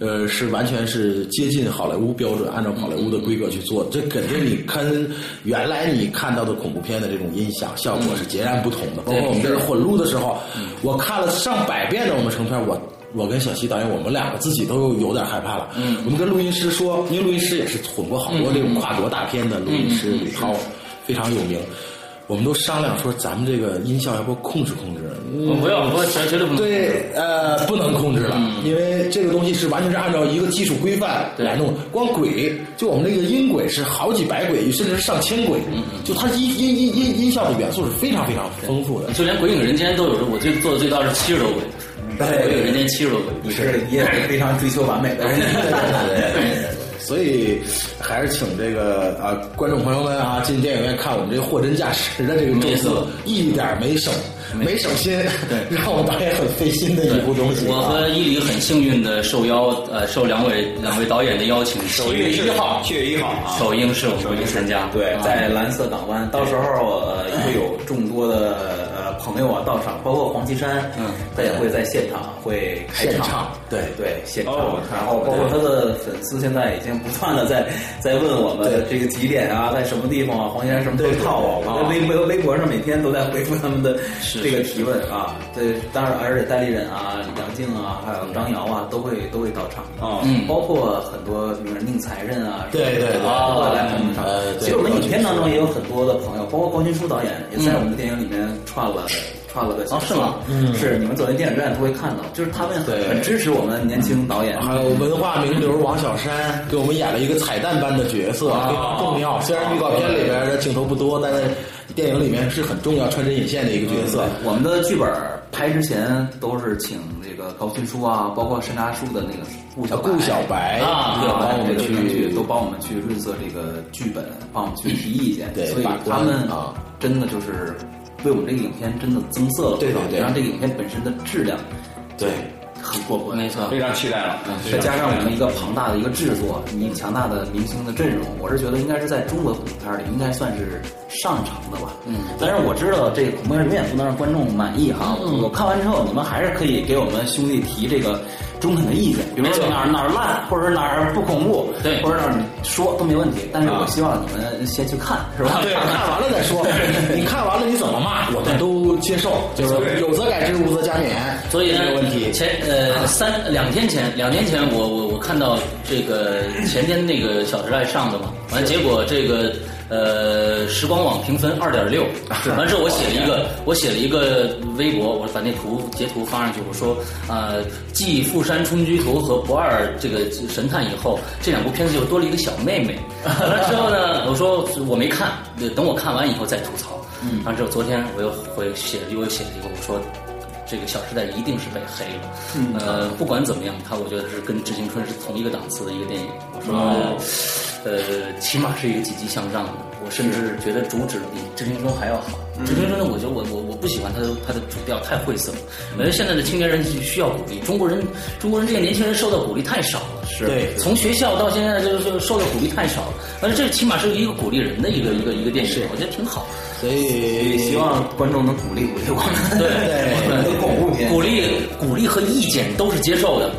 S5: 呃，是完全是接近好莱坞标准，按照好莱坞的规格去做的，这肯定你跟原来你看到的恐怖片的这种音响效果是截然不同的。包括我们在这混录的时候，我看了上百遍的我们成片，我。我跟小西导演，我们两个自己都有点害怕了。嗯，我们跟录音师说，因为录音师也是混过好多这种跨国大片的录音师李涛，非常有名。我们都商量说，咱们这个音效要不要控制控制？
S2: 我不要，我绝绝对不能。
S5: 对，呃，不能控制了，因为这个东西是完全是按照一个技术规范来弄的。光轨，就我们这个音轨是好几百轨，甚至是上千轨，就它音音音音音效的元素是非常非常丰富的。
S2: 就连《鬼影人间》都有，我最做的最高是七十多回，《鬼影人间》七十多回。
S6: 你是也非常追求完美的人，对对对
S5: 所以还是请这个啊观众朋友们啊进电影院看我们这货真价实的这个
S6: 没
S5: 宙斯
S6: 错，
S5: 一点没省没省心，让我们导演很费心的一部东西啊。
S2: 我和伊犁很幸运的受邀，呃，受两位两位导演的邀请，
S6: 首映是号
S7: 七月一号啊，
S2: 首映是我们会参加，
S6: 对，
S2: 啊
S6: 在蓝色港湾，到时候 (laughs) 呃会有众多的呃朋友啊到场，包括黄绮珊，嗯，他也会在现场会开
S5: 现场对
S6: 对现场
S7: 哦我，看
S6: 然后包括他的粉丝现在已经不断的在在问我们这个几点啊，在什么地方啊，黄绮珊什么时候到啊？我在微博微博上每天都在回复他们的这个提问啊，对，当然而且戴立忍啊、梁静啊，还有张瑶啊，都会都会到场
S7: 哦
S6: 嗯，包括很多比如说宁财神啊，
S5: 对对对
S6: 啊，都会来捧场
S5: 呃。对
S6: 其实我们影片当中也有很多的朋友，包括高军书导演也在我们的电影里面串了。串了个嗯哦，是吗？嗯，是你们走进电影院都会看到，就是他们很
S5: 对
S6: 很支持我们年轻导演，
S5: 还有文化名流王小山给我们演了一个彩蛋般的角色，非常重要。虽然预告片里边的镜头不多，但是电影里面是很重要、穿针引线的一个角色。
S6: 我们的剧本拍之前都是请这个高群书啊，包括山楂树的那个顾小白
S5: 顾小白
S6: 啊，对，
S5: 帮我们
S6: 这个编剧
S5: 去
S6: 都帮我们去润色这个剧本，帮我们去提意见，
S5: 对
S6: 所以
S5: 把
S6: 他
S5: 关
S6: 们
S5: 啊
S6: 真的就是为我们这个影片真的增色了，
S5: 对对对
S6: 让这个影片本身的质量
S5: 对
S6: 很过关，
S2: 没错，
S7: 非常期待了，嗯
S6: 再加上我们一个庞大的一个制作，你强大的明星的阵容，我是觉得应该是在中国恐怖片里应该算是上乘的吧。嗯，但是我知道这个恐怖片永远不能让观众满意哈。
S2: 嗯
S6: 我看完之后，你们还是可以给我们兄弟提这个中肯的意见，比如说哪儿哪儿烂，或者是哪儿不恐怖，
S2: 对啊
S6: 或者哪儿你说都没问题。但是我希望你们先去看，是吧？
S5: 啊对，看完了再
S6: (laughs)
S5: 说。你看完了你怎么骂，我们都接受，就是有则改之，无则加勉。
S2: 所以呢
S5: 这个问题，
S2: 前呃三两天前，两天前我我我看到这个前天那个《小时代》上的嘛，完结果这个呃时光网评分二点六，完事我写了一个我写了一个微博，我把那图截图发上去，我说呃继《富山春居图》和《不二》这个神探以后，这两部片子又多了一个小妹妹。完了之后呢，我说我没看，等我看完以后再吐槽。嗯，完之后昨天我又回写又写了一个，我说。这个《小时代》一定是被黑了。呃，不管怎么样，它我觉得是跟《致青春》是同一个档次的一个电影。我说，呃，起码是一个积极向上的。我甚至觉得主旨比《致青春》还要好。致青春》呢，我觉得我我我不喜欢它的它的主调太晦涩了。我觉得现在的青年人需要鼓励，中国人中国人这些年轻人受到鼓励太少了。是
S5: 对
S2: 从学校到现在就是受到鼓励太少了。但是这起码是一个鼓励人的一个一个一个电影，我觉得挺好。
S5: 所以
S6: 也希望观众能鼓励鼓励我们， (laughs) 对我们的恐怖片，
S2: 鼓励、鼓励和意见都是接受的，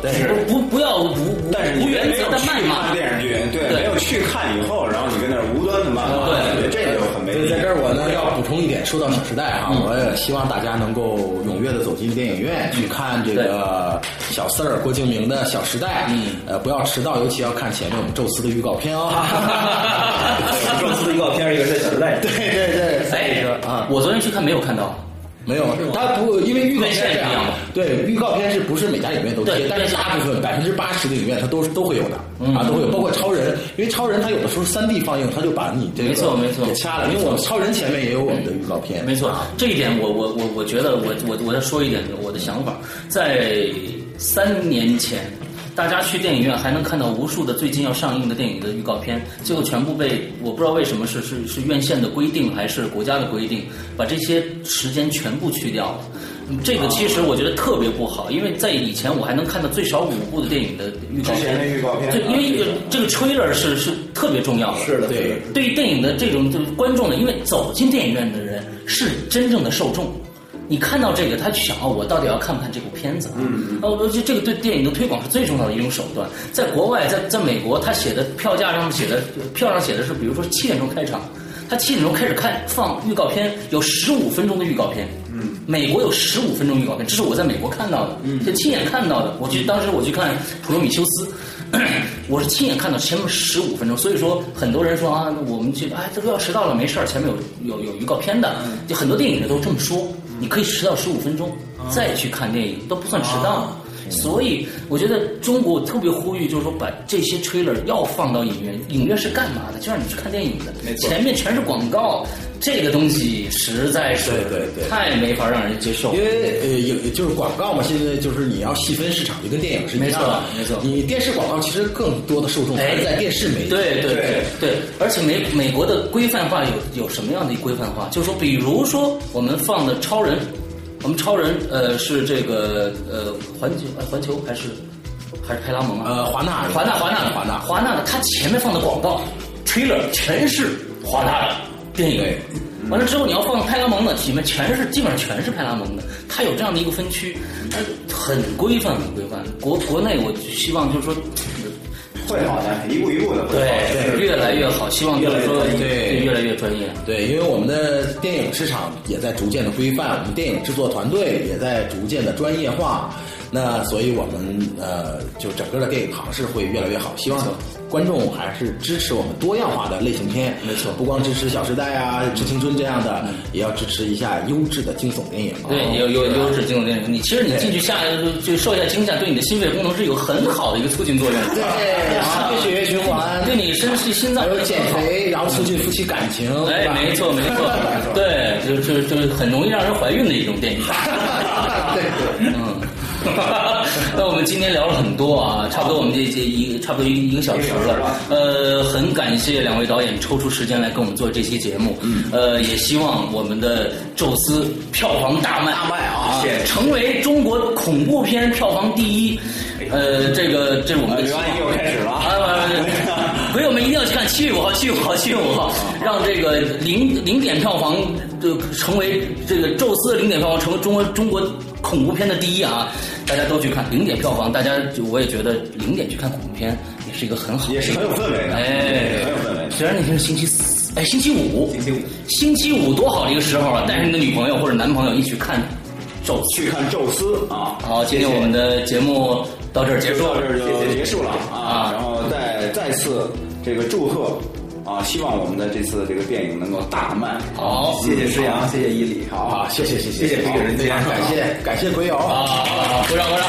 S2: 不不不要无无
S7: 但是你
S2: 无
S7: 没有
S2: 原则的
S7: 去
S2: 谩
S7: 看
S2: 骂。
S7: 电视剧，对，
S2: 对
S7: 没有去看以后，然后你跟那儿无端的谩骂，
S2: 对
S7: 我觉得这就很没
S5: 所
S7: 意
S5: 以
S7: 义。
S5: 在这儿我呢要补充一点，说到《小时代》啊，
S6: 嗯
S5: 我也希望大家能够踊跃的走进电影院去看这个小四儿郭敬明的《小时代》，嗯，呃，不要迟到，尤其要看前面我们宙斯的预告片
S6: (laughs)
S5: 哦。
S6: 宙斯的预告片，一个是《小时代》，
S5: 对对对，
S2: 哎，
S5: 啊
S2: 我昨天去看没有看到，
S5: 没有，他不因为预告片
S2: 院线
S5: 是这
S2: 不一样
S5: 样
S2: 嘛，
S5: 对，预告片是不是每家影院都
S2: 对嗯
S5: 贴？但是大部分百分之八十的影院它都是都会有的啊，都会有，包括超人，因为超人它有的时候三 D 放映，它就把你这个
S2: 没错没错
S5: 给掐了，因为我们超人前面也有我们的预告片，啊
S2: 没错，这一点我我我我觉得我我我再说一点我的想法，在三年前。大家去电影院还能看到无数的最近要上映的电影的预告片，最后全部被我不知道为什么是是是院线的规定还是国家的规定，把这些时间全部去掉了。嗯这个其实我觉得特别不好，因为在以前我还能看到最少五部的电影的预告片。
S7: 之前的预告片
S2: 对，
S7: 啊
S2: 因为这个这个 trailer 是是特别重要的。
S6: 是的，
S5: 对
S6: 是的
S2: 对于电影的这种就是观众呢，因为走进电影院的人是真正的受众。你看到这个，他就想啊，我到底要看不看这部片子？嗯，哦，我觉得这个对电影的推广是最重要的一种手段。在国外，在在美国，他写的票价上写的票上写的是，比如说七点钟开场，他七点钟开始看放预告片，有十五分钟的预告片。嗯，美国有十五分钟预告片，这是我在美国看到的，这亲眼看到的。我去当时我去看《普罗米修斯》。 (clears throat) 我是亲眼看到前面十五分钟，所以说很多人说啊，我们去哎，这都要迟到了，没事儿，前面有有有预告片的，就很多电影人都这么说，你可以迟到十五分钟再去看电影，都不算迟到。所以我觉得中国特别呼吁，就是说把这些 trailer 要放到影院，影院是干嘛的？就让你去看电影的，前面全是广告，这个东西实在是
S5: 对对对
S2: 太没法让人接受。
S5: 因为呃，有就是广告嘛，现在就是你要细分市场，就跟电影是一样的。
S2: 没错没错哎
S5: 你电视广告其实更多的受众还是在电视媒体。
S2: 对对
S7: 对
S2: 对，而且美美国的规范化有有什么样的规范化？就是说，比如说我们放的超人，我们超人呃是这个呃环球呃环球还是还是派拉蒙啊？
S5: 呃，华纳，
S2: 华纳华纳
S5: 华纳，
S2: 华纳的，它前面放的广告 trailer 全是华纳的电影。完了之后，你要放派拉蒙的，里面全是基本上全是派拉蒙的，它有这样的一个分区，它很规范，很规范。国国内我希望就是说，
S7: 会好的，一步一步的会好的。
S2: 对，越来越好，希望就是说
S7: 越来越专业
S2: 对越来越专业。
S5: 对，因为我们的电影市场也在逐渐的规范，我们电影制作团队也在逐渐的专业化，那所以我们呃，就整个的电影行市会越来越好，希望观众还是支持我们多样化的类型片，没错，不光支持《小时代》啊、《致青春》这样的，也要支持一下优质的惊悚电影。啊
S2: 对，有有优质金融电影，你其实你进去下来就就受一下惊吓，对你的心肺功能是有很好的一个促进作用。对
S5: 啊对血液循环
S2: 对你身体心脏
S5: 还有减肥，然后促进夫妻感情，
S2: 哎
S5: 对，吧
S2: 没错没错，对，就就就是很容易让人怀孕的一种电影。
S5: 对对。
S2: 嗯， (laughs) 那我们今天聊了很多啊，差不多我们这这一差不多一一个小时了。呃，很感谢两位导演抽出时间来跟我们做这期节目。嗯，呃，也希望我们的《宙斯》票房大卖，大卖啊
S7: 谢谢
S2: 成为中国恐怖片票房第一。呃，这个这是我们的期望。
S7: 刘阿姨又开始了啊
S2: 啊！不是，我们一定要去看七月五号，七月五号，七月五号，让这个零零点票房就成为这个宙斯的零点票房成为中国中国恐怖片的第一啊！大家都去看零点票房，大家就我也觉得零点去看恐怖片也是一个很好的
S7: 也是很有氛围的，
S2: 哎，
S7: 很有氛围的。
S2: 虽然那天是星期四，哎，星期五，星期五，星期五多好的一个时候啊！带着你的女朋友或者男朋友一起看宙斯。
S7: 去看宙斯啊！
S2: 好，今天我们的节目到这儿结
S7: 结
S2: 束
S7: 束到这儿
S2: 了。
S7: 就结束了
S2: 啊
S7: 啊！然后再再次这个祝贺啊！希望我们的这次这个电影能够大卖。
S2: 好，
S7: 谢谢石阳，谢谢伊礼，好
S5: 啊好，谢谢谢谢
S7: 谢谢这个人
S5: 非
S7: 间
S5: 常感谢感谢鬼友。
S2: 好好好，鼓掌鼓掌。